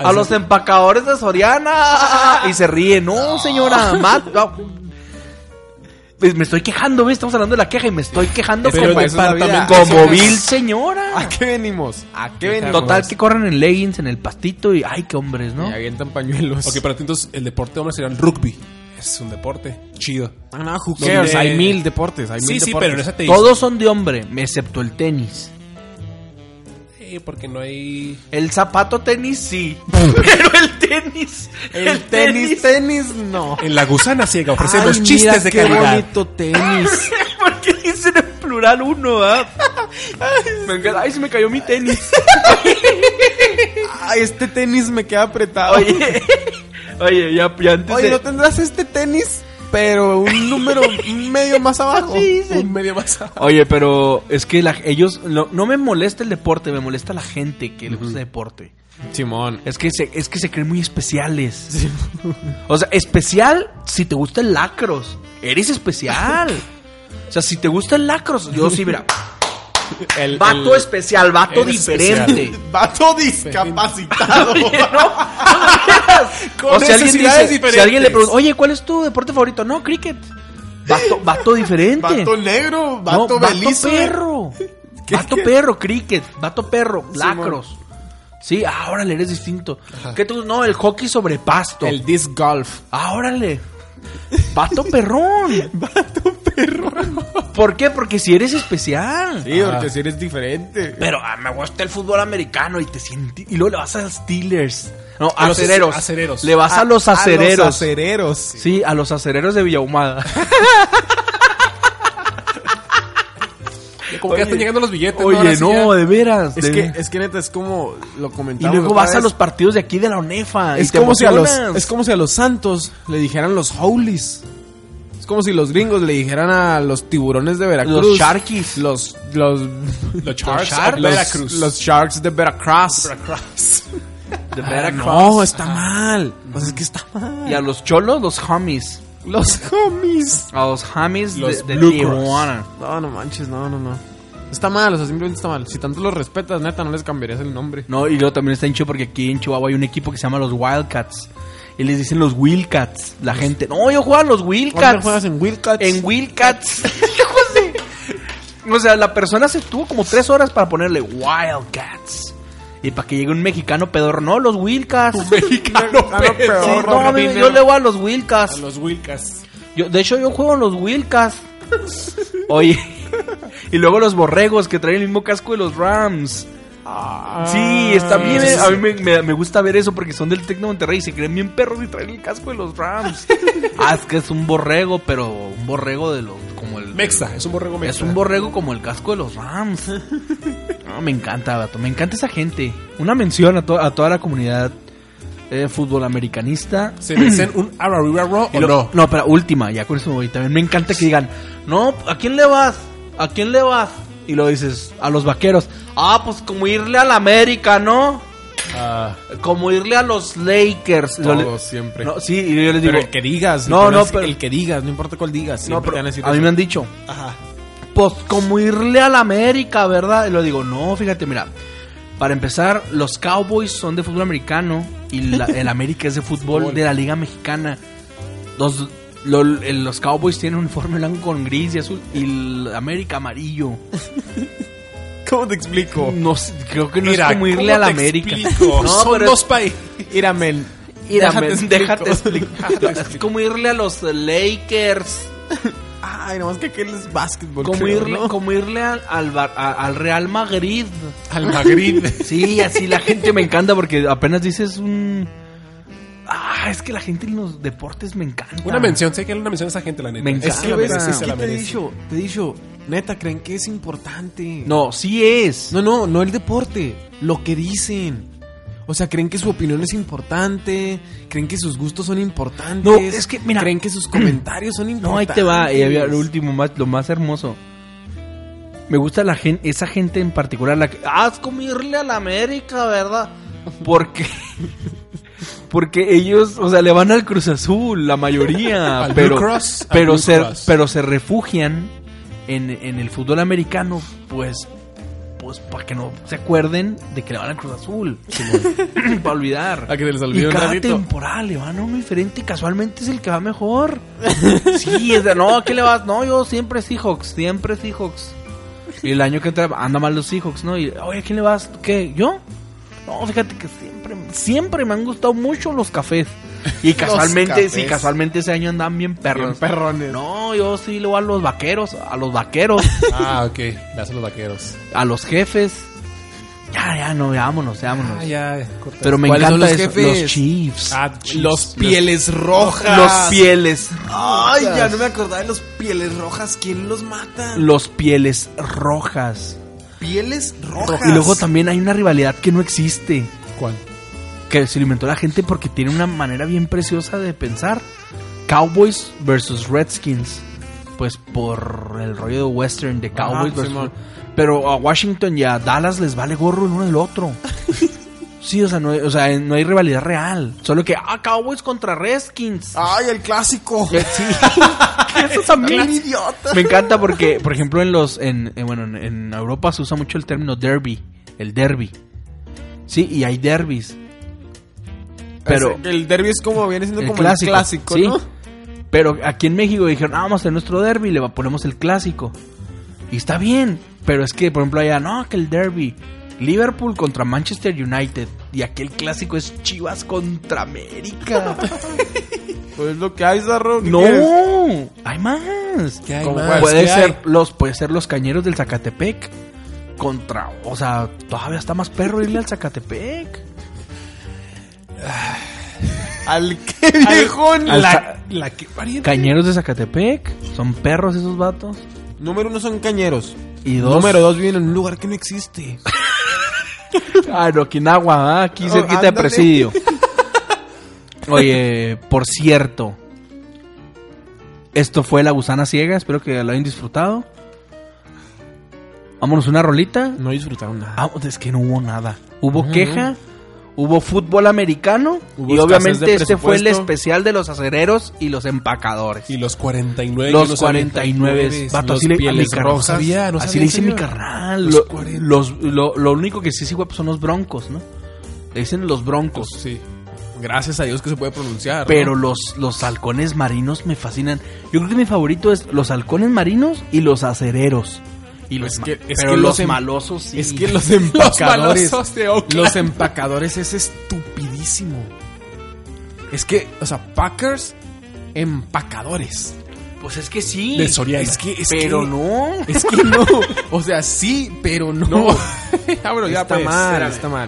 D: A los empacadores de Soriana. ah, Y se ríen. No, señora. Matt, ah. Pues me estoy quejando, ¿ves? Estamos hablando de la queja y me estoy quejando
F: Pero
D: como,
F: para eso es la vida.
D: como vil señora.
F: ¿A qué venimos? ¿A qué venimos?
D: Total que corren en leggings, en el pastito y ay, qué hombres, ¿no?
F: Y avientan pañuelos.
A: Ok, pero entonces el deporte hombre sería el rugby. Es un deporte chido.
F: Ah, no, who
A: Donde-
F: cares? Hay mil deportes. Hay
A: Sí,
F: mil
A: sí,
F: deportes.
A: pero en esa te dice.
D: Todos son de hombre, excepto el tenis.
A: Sí, porque no hay.
D: El zapato tenis sí, pero el tenis, el, tenis,
F: tenis, no.
A: En la gusana ciega ofrecemos
F: Ay,
A: chistes
F: mira
A: de
F: qué
A: calidad.
F: bonito tenis.
D: ¿Por qué dicen en plural uno, ah? Me encanta. Ay, se me cayó mi tenis.
F: Ay, este tenis me queda apretado. Oye,
D: Oye, oye, ya, ya antes de...
F: ¿no tendrás este tenis? Pero un número un medio más abajo. Un medio más abajo.
D: Oye, pero es que la- ellos... No, no me molesta el deporte, me molesta la gente que le gusta el deporte.
F: Simón.
D: Es que se, es que se creen muy especiales. O sea, especial si te gusta el lacros. Eres especial. O sea, si te gusta el lacros, yo sí, mira,
F: El,
D: vato especial, vato
A: eres
D: diferente.
F: Vato discapacitado.
D: O si alguien, dice-
F: necesidades
D: si alguien le
F: diferentes.
D: pregunta, oye, ¿cuál es tu deporte favorito? No, cricket. Vato, vato diferente.
F: Vato negro.
D: No,
F: Vato belizo.
D: perro. Vato perro, cricket. Vato perro, lacros. Sí, ahora le eres distinto. ¿Qué tú? No, el hockey sobre pasto.
F: El disc golf.
D: Ah, órale. Vato perrón. Vato perrón. ¿Por qué? Porque si eres especial.
F: Sí, porque si eres diferente.
D: Pero ah, me gusta el fútbol americano y te sientes. Y luego le vas a los Steelers. No,
A: A los
D: acereros.
A: acereros.
D: Le vas a, los acereros.
F: A Ah, los acereros.
D: Sí, a los acereros de Villahumada.
A: Como que ya están llegando los billetes. Ahora
D: Oye,
A: sí
D: no,
A: ya.
D: de veras.
F: Es
D: de-
F: que, es que neta, es como lo
D: y
F: comentamos.
D: luego
F: otra
D: vas a
F: vez.
D: los partidos de aquí de la ONEFA. y
F: Es
D: te
F: como, si a los,
D: emocionas.
F: es como si a los Santos le dijeran los Howlies. Es como si los gringos le dijeran a los tiburones de Veracruz.
D: Los Sharkies.
F: Los. Los.
A: Los Sharks
D: Sharks.
A: of Veracruz.
F: Los, los Sharks de Veracruz.
D: de
F: Ah,
D: Veracruz.
F: No, está mal. Pues es que está mal.
D: Y a los cholos, los homies.
F: Los homies.
D: A los homies de-
A: Los
D: de,
A: Blue
D: Tijuana.
F: No, no manches, no, no, no. Está mal, o sea, simplemente está mal. Si tanto los respetas, neta, no les cambiarías el nombre.
D: No, y luego también está en chido porque aquí en Chihuahua hay un equipo que se llama los Wildcats. Y les dicen los Wildcats. La gente, no, yo juego a los
F: ¿Cuándo
D: Wildcats.
F: juegas en Wildcats?
D: En Wildcats. Hijos de- O sea, la persona se tuvo como tres horas para ponerle Wildcats. Y para que llegue un mexicano pedorro. No, los Wildcats. Un mexicano
F: pedorro,
D: no, a mí- yo le voy a los Wildcats.
A: Los Wilcas.
D: Yo, de hecho, yo juego en los Wilcas. Oye. Y luego los borregos que traen el mismo casco de los Rams. Ah. sí, está bien. eh. A mí me, me- me gusta ver eso porque son del Tecno Monterrey y se creen bien perros y traen el casco de los Rams. ah, es que es un borrego, pero un borrego de los. Como el,
A: Mexa, es un borrego mexa.
D: es un borrego como el casco de los Rams. No, me encanta, vato. Me encanta esa gente. Una mención a, to- a toda la comunidad eh, fútbol americanista.
A: ¿Se merecen un Arariwa Raw
D: Y
A: o
D: lo-
A: no?
D: No, pero última, ya con eso me voy. También me encanta que digan, no, ¿a quién le vas? ¿A quién le vas? Y lo dices, a los vaqueros. Ah, pues como irle a la América, ¿no?
A: Ah.
D: Como irle a los Lakers. Lo le-
F: Todo, siempre.
D: No, sí, y yo les digo,
F: pero el que digas. el
D: No,
F: problema
D: no,
F: es
D: pero-
F: El que digas, no importa cuál digas.
D: no,
F: Siempre
D: pero
F: te van a decir
D: a mí
F: eso.
D: me han dicho,
F: Ajá.
D: pues como irle a la América, ¿verdad? Y lo digo, no, fíjate, mira, para empezar, los Cowboys son de fútbol americano y la- el América es de fútbol de la Liga Mexicana. Los, lo- el- los Cowboys tienen un uniforme blanco con gris y azul y el América amarillo.
F: ¿Cómo te explico?
D: No, sé, creo que no
A: Mira,
D: es como irle
A: ¿cómo
D: a la
A: te
D: América.
A: explico?
D: No,
A: Son
D: pero
A: dos
D: es-
A: países.
F: Iramen.
D: ir a
F: déjate
D: Amé-
F: explico.
D: déjate explicar. Es como irle a los Lakers.
F: Ay, nomás que aquel es básquetbol.
D: Como
F: creo,
D: irle,
F: ¿no?
D: como irle al, al Bar- a- al Real Madrid.
A: Al Magrid.
D: Sí, así la gente me encanta porque apenas dices un... Ah, es que la gente en los deportes me encanta.
A: Una mención, sé que era una mención a esa gente, la neta.
D: Me encanta.
A: Es
F: Es
A: que
F: que
A: la
F: ves,
A: merece,
F: es
A: se
F: que
A: la
F: te he
A: merece.
F: dicho, te he dicho,
B: Neta, creen que es importante.
D: No, sí es.
B: No, no, no el deporte, lo que dicen. O sea, creen que su opinión es importante, creen que sus gustos son importantes.
D: No, es que, mira-
B: creen que sus comentarios son
D: No, ahí
B: importantes.
D: te va. Y había lo último, más, lo más hermoso. Me gusta la gente, esa gente en particular, la que. ¡Haz comirle a la América, ¿verdad? Porque. Porque ellos, o sea, le van al Cruz Azul, la mayoría.
A: Al
D: pero,
A: Blue Cross, al
D: pero,
A: Blue
D: se,
A: Cross.
D: pero se refugian en, en el fútbol americano, pues. Pues para que no se acuerden de que le van al Cruz Azul. para olvidar.
I: A que se les
D: Y
I: olvide un
D: cada
I: ratito.
D: temporada le van a uno diferente y casualmente es el que va mejor. sí, es de, no, ¿a ¿qué le vas? No, yo siempre Seahawks, siempre Seahawks. Y el año que entra anda mal los Seahawks, ¿no? Y, oye, ¿a quién le vas? ¿Qué? ¿Yo? No, fíjate que siempre, siempre me han gustado mucho los cafés. Y casualmente, sí,
C: cafés.
D: casualmente ese año andan bien perros.
B: Perrones.
D: No, yo sí le voy a los vaqueros, a los vaqueros,
A: Ah, ok. Le hacen los vaqueros.
D: a los jefes. Ya, ya, no, ya, vámonos, ya, vámonos.
A: ya, corta.
D: Pero me
B: ¿Cuáles
D: encanta
B: son los
D: eso,
B: jefes?
D: los Chiefs.
A: Ah, chis.
B: Los pieles rojas.
D: Los pieles.
B: Ay, ya no me acordaba de los pieles rojas. ¿Quién los mata?
D: Los pieles rojas.
B: Pieles rojas.
D: Y luego también hay una rivalidad que no existe.
A: ¿Cuál?
D: Que se lo inventó la gente porque tiene una manera bien preciosa de pensar. Cowboys versus Redskins. Pues por el rollo de Western de Cowboys versus-
B: Simón.
D: Pero a Washington y a Dallas les vale gorro el uno del otro. Sí, o sea, no hay, o sea, no hay rivalidad real. Solo que, ah, Cowboys contra Redskins.
B: Ay, el clásico.
D: Sí. Esos a mí. Me encanta porque, por ejemplo, en los en, en- bueno, en- en Europa se usa mucho el término derby, el derby. Sí, y hay derbis. Pero
B: Es- el derby es como viene siendo
D: el
B: como
D: clásico,
B: el clásico,
D: sí.
B: ¿no?
D: Pero aquí en México dijeron, ah, vamos a hacer nuestro derby y le va- ponemos el clásico. Y está bien, pero es que, por ejemplo, allá, no, que el derby. Liverpool contra Manchester United. Y aquí el clásico es Chivas contra América.
B: Pues lo que hay, Zarro. ¿qué
D: no,
B: quieres?
D: hay más.
A: ¿Qué hay
B: ¿Cómo
A: más?
B: cuál?
D: puede
B: ¿qué
D: ser
B: hay?
D: los puede ser los cañeros del Zacatepec contra o sea todavía está más perro irle al Zacatepec
B: Al que viejón.
D: al
B: La-
D: ca-
B: la que pariente.
D: cañeros de Zacatepec son perros esos vatos
B: Número uno son cañeros.
D: y dos
B: Número dos viven en un lugar que no existe.
D: ah no, Quinagua ah, aquí
B: Oh,
D: cerquita de
B: ándale.
D: Presidio oye por cierto esto fue la gusana ciega espero que lo hayan disfrutado vámonos una rolita
B: No disfrutaron nada.
D: Ah, es que no hubo nada. Hubo queja, hubo fútbol americano
B: Hubo
D: y obviamente
B: escasez de
D: este fue el
B: presupuesto.
D: especial de los acereros y los empacadores.
A: Y los 49.
D: los
A: que no sabían.
D: 49 vato,
A: Los
D: así le- a mi
A: pieles
D: carnal,
A: rojas. Sabía, no
D: así
A: sabía,
D: le dice mi
A: señor.
D: carnal.
A: Los
D: Lo,
A: 40.
D: los- lo- lo único que sí es igual son los broncos, ¿no? Le dicen los broncos.
B: Sí. Gracias a Dios que se puede pronunciar. ¿no?
D: Pero los, los halcones marinos me fascinan. Yo creo que mi favorito es los halcones marinos y los acereros. Y los
B: Es
D: ma-
B: que- es
D: pero
B: que
D: los,
B: los em-
D: malosos sí.
B: Es que los empacadores.
A: malosos de
B: los,
A: Oakland.
B: empacadores es estupidísimo. Es que, o sea, Packers empacadores.
D: Pues es que sí.
A: De Soriana.
B: Es que, es
D: pero
B: que-
D: no.
B: Es que no. O sea, sí, pero no. Ah, bueno, ya
D: Está
B: pues,
D: mal,
B: espérame.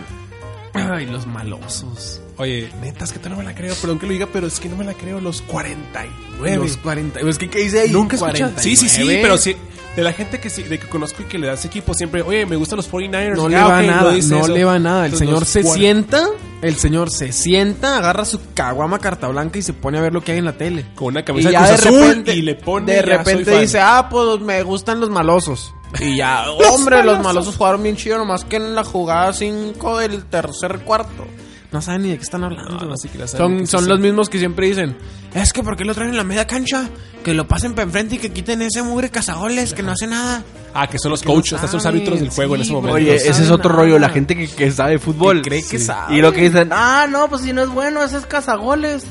D: está
B: Ay, los malosos.
A: Oye, neta, es que te no me la creo. Perdón que lo diga, pero es que no me la creo. Los 49.
B: Los 40.
A: pues,
B: Es que, ¿qué dice ahí?
A: Nunca escuchas.
B: 49.
A: Sí, sí, sí, pero sí. De la gente que sí, de que conozco y que le da ese equipo siempre, oye, me gustan los 49ers.
B: No
A: Ah,
B: le va
A: ok,
B: nada,
A: dice
B: no
A: eso.
B: le va nada. El
A: Entonces,
B: señor
A: los
B: se
A: cuar-
B: sienta, el señor se sienta, agarra su caguama carta blanca y se pone a ver lo que hay en la tele. Pues,
A: Con una
B: Y
A: camisa de
B: ya
A: Cruz
B: de
A: Azul
B: repente,
A: y le pone.
B: de
A: ya soy
B: repente
A: fan.
B: dice, ah, pues me gustan los malosos. Y ya,
A: "Oh,
B: hombre, los malosos jugaron bien chido, nomás que en la jugada 5 del tercer cuarto. No saben ni de qué están hablando.
A: No, no sé qué la saben,
B: son
A: qué
B: son
A: sí.
B: los mismos que siempre dicen, es que ¿por qué lo traen en la media cancha? Que lo pasen para enfrente y que quiten ese mugre cazagoles que no hace nada.
A: Ah, que son los coaches, hasta los
B: saben,
A: árbitros del juego en
B: sí,
A: ese
B: güey.
A: momento.
D: Oye,
B: no
D: ese
B: sabe
D: es otro
B: nada.
D: rollo. La gente que, que sabe de fútbol.
B: Que cree que sabe.
D: Y lo que dicen, ah, no, pues si no es bueno, ese es cazagoles.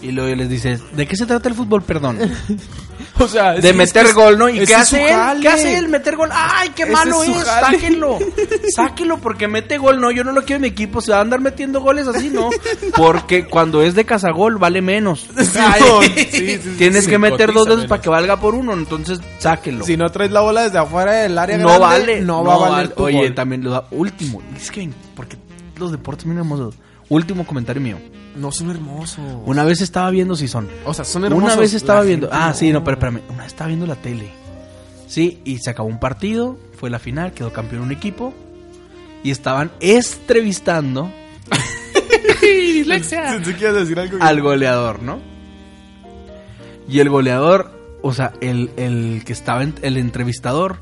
D: Y luego les dices, ¿de qué se trata el fútbol, perdón?
B: O sea,
D: De meter gol, ¿no? ¿Y
B: ese
D: qué
B: es
D: hace
B: su
D: él?
B: jale.
D: ¿Qué hace él? Meter gol. ¡Ay, qué
B: Ese
D: malo
B: es
D: es!
B: su jale.
D: Sáquenlo. Sáquenlo porque mete gol. No, yo no lo quiero en mi equipo. Se va a andar metiendo goles así, ¿no? Porque cuando es de cazagol vale menos.
B: Ay, sí, sí,
D: Tienes
A: sí,
D: que meter dos
A: cotiza
D: veces
A: menos.
D: para que valga por uno. Entonces, sáquenlo.
B: Si no traes la bola desde afuera del área
D: no
B: grande,
D: vale.
B: no va a valer
D: vale.
B: tu
D: Oye,
B: gol.
D: también lo da. Último. Es que, porque los deportes bien hermosos. Último comentario mío.
B: No son hermosos.
D: Una vez estaba viendo si son.
B: o sea, son hermosos.
D: Una vez estaba
B: La
D: viendo.
B: gente
D: Ah, sí, no, pero espérame. Una vez estaba viendo la tele. Sí, y se acabó un partido, fue la final, quedó campeón un equipo. Y estaban entrevistando
B: Pensé que ibas a decir algo.
D: al goleador, ¿no? Y el goleador, o sea, el, el que estaba, en- el entrevistador,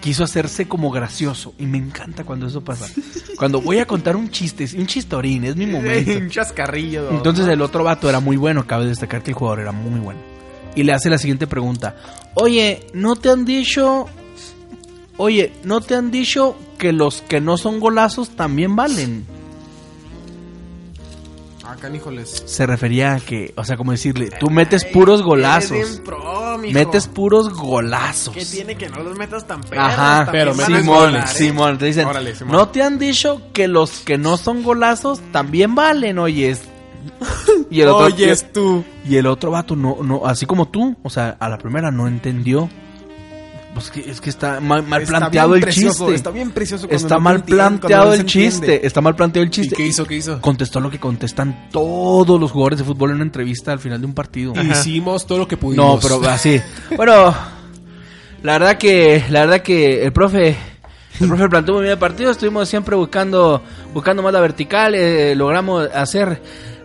D: quiso hacerse como gracioso. Y me encanta cuando eso pasa. Cuando voy a contar un chiste, un chistorín, es mi momento.
B: Un chascarrillo. ¿no?
D: Entonces el otro vato era muy bueno, cabe destacar que el jugador era muy bueno. Y le hace la siguiente pregunta. Oye, ¿no te han dicho... Oye, ¿no te han dicho que los que no son golazos también valen?
B: Ah, caníjoles.
D: Se refería a que, o sea, como decirle, tú metes puros golazos. Metes puros golazos.
B: ¿Qué tiene que no los metas tan perros?
D: Ajá,
B: también
A: pero
B: van a
A: metes
D: Simón,
B: volar, ¿eh?
D: Simón, te dicen,
B: Órale, Simón.
D: no te han dicho que los que no son golazos también valen, oyes. Y el otro,
B: Oye, es tú.
D: y el otro vato no, no, así como tú, o sea, a la primera no entendió. Pues que, es que está ma- mal,
B: Está
D: planteado
B: bien
D: el
B: precioso,
D: chiste.
B: Está
D: Está,
B: bien precioso. cuando no te
D: mal
B: entienden, cuando
D: planteado
B: no se
D: el
B: entiende.
D: chiste. Está mal planteado el
A: ¿Y
D: chiste.
A: qué hizo? ¿Qué hizo?
D: Contestó lo que contestan todos los jugadores de fútbol en una entrevista al final de un partido.
A: Hicimos todo lo que
D: No,
A: pudimos.
D: pero así. Bueno, la verdad que, la verdad que el profe, el profe planteó muy bien el partido. Estuvimos siempre buscando, buscando más la vertical. eh, logramos hacer.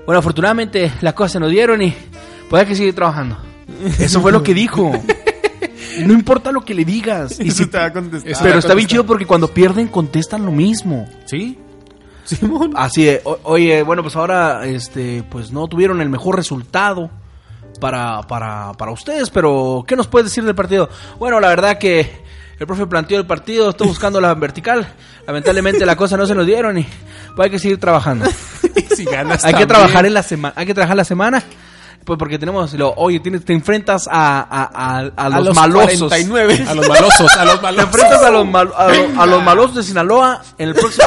D: Bueno, afortunadamente las cosas se nos dieron y pues hay que seguir trabajando. Eso fue lo que dijo. No importa lo que le digas. Y si-
B: Eso te va a contestar.
D: pero está bien chido porque cuando pierden contestan lo mismo.
A: ¿Sí?
B: Simón.
D: Así es. O- oye, bueno, pues ahora, este, pues no tuvieron el mejor resultado para, para, para ustedes, pero ¿qué nos puedes decir del partido? Bueno, la verdad que el profe planteó el partido, está buscando la vertical. Lamentablemente la cosa no se nos dieron y pues hay que seguir trabajando.
A: Si ganas
D: hay que
A: también.
D: trabajar en la semana, hay que trabajar la semana. Pues porque tenemos, lo, oye, tienes, te enfrentas a, a, a, a los, malosos.
B: 49.
A: A los malosos, a los
D: Te
A: malosos.
D: enfrentas a los, mal- a, lo- a los malosos de Sinaloa en, el próximo,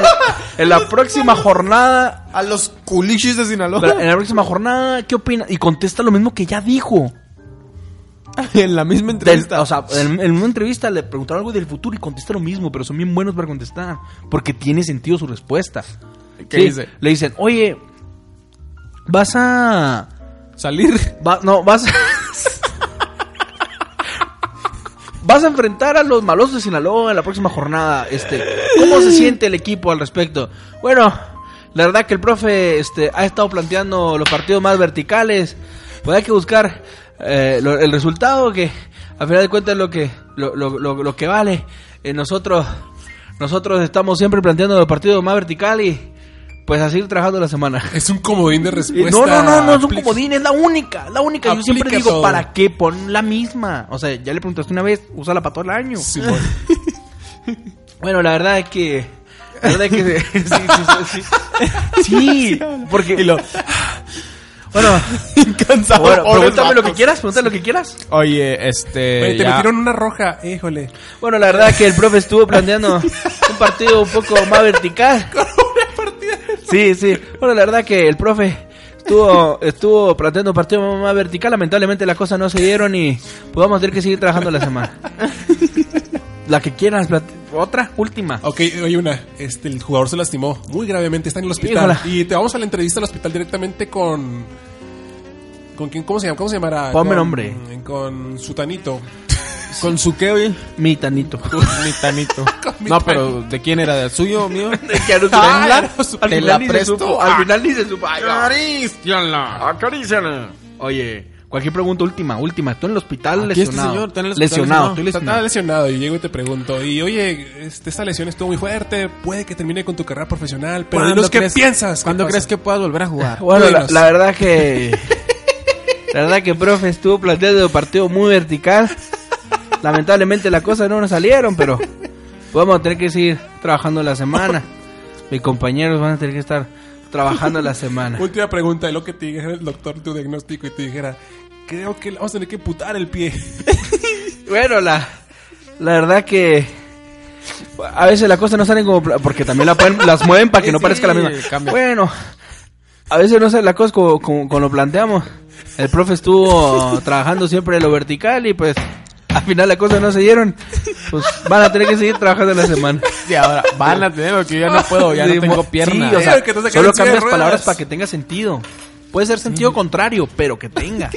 D: en la próxima jornada
B: A los culichis de Sinaloa.
D: pero en la próxima jornada, ¿qué opina? Y contesta lo mismo que ya dijo.
B: en la misma
D: Del-
B: entrevista.
D: o sea, en, en una entrevista le preguntaron algo del futuro y contesta lo mismo, pero son bien buenos para contestar. Porque tiene sentido su respuesta.
B: ¿Qué
D: Sí,
B: dice?
D: Le dicen, oye, vas a.
B: salir.
D: va- no, vas a. Vas a enfrentar a los malos de Sinaloa en la próxima jornada. Este, ¿cómo se siente el equipo al respecto? Bueno, la verdad que el profe este, ha estado planteando los partidos más verticales. Pues hay que buscar eh, lo- el resultado que al final de cuentas es lo que lo, lo- lo- lo que vale. Eh, nosotros nosotros estamos siempre planteando los partidos más verticales y pues a seguir trabajando la semana.
A: Es un comodín de
D: Eh,
A: respuesta.
D: No, no, no, no es un
A: Aplica-
D: comodín, es la única, la única. Yo siempre
A: Aplica
D: digo,
A: todo.
D: ¿para qué? Pon la misma. O sea, ya le preguntaste una vez, úsala para todo el año.
A: Simón.
D: Bueno, la verdad es que. La verdad es que. Sí, sí, sí. sí. Sí, porque. Bueno,
B: Incansable.
D: bueno, pregúntame lo que quieras, pregúntame lo que quieras.
B: Oye, este.
A: Oye, te
B: ya.
A: metieron una roja, híjole.
D: Bueno, la verdad es que el profe estuvo planteando un partido un poco más vertical. Sí, sí. Bueno, la verdad que el profe estuvo, estuvo planteando un partido más vertical. Lamentablemente las cosas no se dieron y pues vamos a tener que seguir trabajando la semana. La que quieras, plat- otra, última.
A: Ok, oye una. Este, el jugador se lastimó muy gravemente, está en el hospital.
D: Híjola.
A: Y te vamos a la entrevista al hospital directamente con. ¿Con quién? ¿Cómo se llama? ¿Cómo se llamará?
D: Ponme
A: Con-
D: nombre.
A: Con Sutanito.
B: ¿Con su qué, oye?
D: Mi tanito.
B: Mi tanito. no, pero ¿de quién era? ¿Del suyo o mío?
D: Que al
B: Ah,
D: final- al
B: te
D: final
B: la
D: ni se
B: presto.
D: supo, Al final ni se supo. Ay, no.
B: ¡Acaríciala! ¡Acaríciala!
D: Oye, cualquier pregunta última, última. Estoy en el hospital
B: Aquí está,
D: lesionado.
B: señor, está en el hospital
D: lesionado,
B: lesionado.
D: estoy
A: Ah, Está- Está
D: lesionado.
A: lesionado y llego y te pregunto, y oye, este, esta lesión estuvo muy fuerte, puede que termine con tu carrera profesional, pero
B: ¿Cuándo
A: dinos qué
B: crees-
A: piensas.
B: ¿Cuándo
A: ¿Qué
B: crees
A: pasa?
B: que puedas volver a jugar?
D: Bueno, la,
A: Dinos.
D: la verdad que. La verdad que, profe, estuvo planteando un partido muy vertical. Lamentablemente las cosas no nos salieron, pero vamos a tener que seguir trabajando la semana. Mis compañeros van a tener que estar trabajando la semana.
A: Última pregunta, y lo que te dijera el doctor tu diagnóstico y te dijera, creo que le vamos a tener que putar el pie.
D: Bueno, la, la verdad que a veces las cosas no salen como pla- porque también la pueden- las mueven para que no
B: Sí,
D: parezca la misma.
B: cambia.
D: Bueno, a veces no salen las cosas como, como- como lo planteamos. El profe estuvo trabajando siempre en lo vertical y pues al final las cosas no se dieron. Pues van a tener que seguir trabajando la semana.
B: Sí, ahora van a tener porque yo ya no puedo, ya
D: Sí,
B: no tengo
D: mo-
B: pierna.
D: sí, o sea,
A: que te sacan
D: solo
A: en silla de
D: cambias
A: ruedas.
D: palabras para que tenga sentido.
E: Puede ser
B: Mm.
E: sentido contrario, pero que tenga.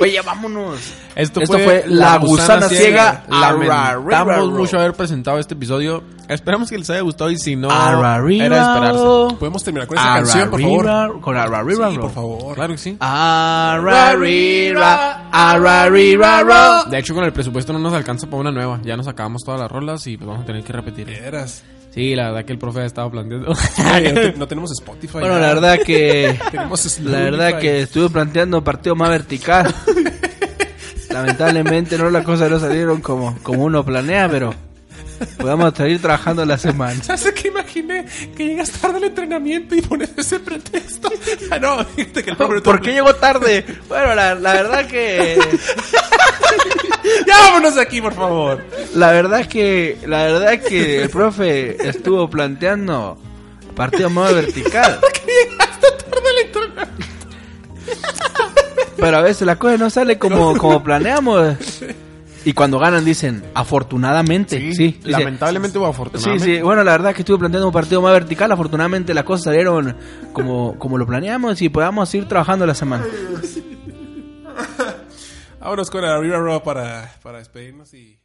E: Oye, ya vámonos.
B: Esto,
E: Esto
B: fue, La Gusana, Ciega.
E: Lamentamos
B: Lamentamos mucho haber presentado este episodio. Esperamos que les haya gustado y si no,
E: Arrarira.
B: era esperarse.
A: Podemos terminar con esa canción, por favor.
E: Arrarira, Con Arrarira,
A: Sí,
E: bro.
A: por favor.
B: Claro que sí.
E: Arrarira, arrarira, ro.
B: De hecho, con el presupuesto no nos alcanza para una nueva. Ya nos acabamos todas las rolas y pues vamos a tener que repetir.
A: Vieras.
B: Sí, la verdad que el profe estaba planteando.
A: Oye, Eh, no, te- no tenemos Spotify.
E: Bueno,
A: ya.
E: la verdad que.
A: Tenemos
E: La verdad que estuve planteando partido más vertical. Lamentablemente no las cosas no salieron como, como uno planea, pero podamos seguir trabajando la semana.
A: ¿Sabes qué imaginé? Que llegas tarde al entrenamiento y pones ese pretexto. Ah, no, fíjate que el pobre...
E: ¿Por qué llegó tarde? Bueno, la, la verdad que
A: ¡Ya vámonos de aquí, por favor!
E: la verdad que la verdad que el profe estuvo planteando partido más vertical. Pero a veces las cosas no salen como, como planeamos. Y cuando ganan dicen, afortunadamente. Sí, dice,
B: Lamentablemente o
E: Sí,
B: afortunadamente.
E: sí, bueno, la verdad es que estuve planteando un partido más vertical. Afortunadamente las cosas salieron como, como lo planeamos y podamos ir trabajando la semana.
A: Vámonos con la Riva Raw para, para despedirnos y...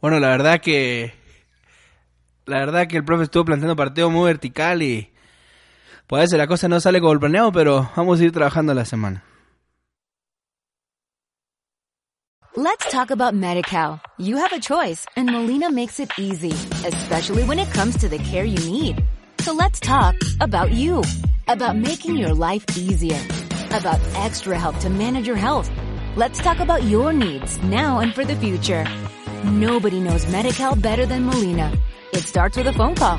E: Bueno, la verdad que. La verdad que el profe estuvo planteando partido muy vertical y. Pues a veces la cosa no sale como lo planeado, pero vamos a ir trabajando la semana.
J: Let's talk about MediCal. You have a choice and Molina makes it easy, especially when it comes to the care you need. So let's talk about you, about making your life easier, about extra help to manage your health. Let's talk about your needs now and for the future. Nobody knows MediCal better than Molina. It starts with a phone call.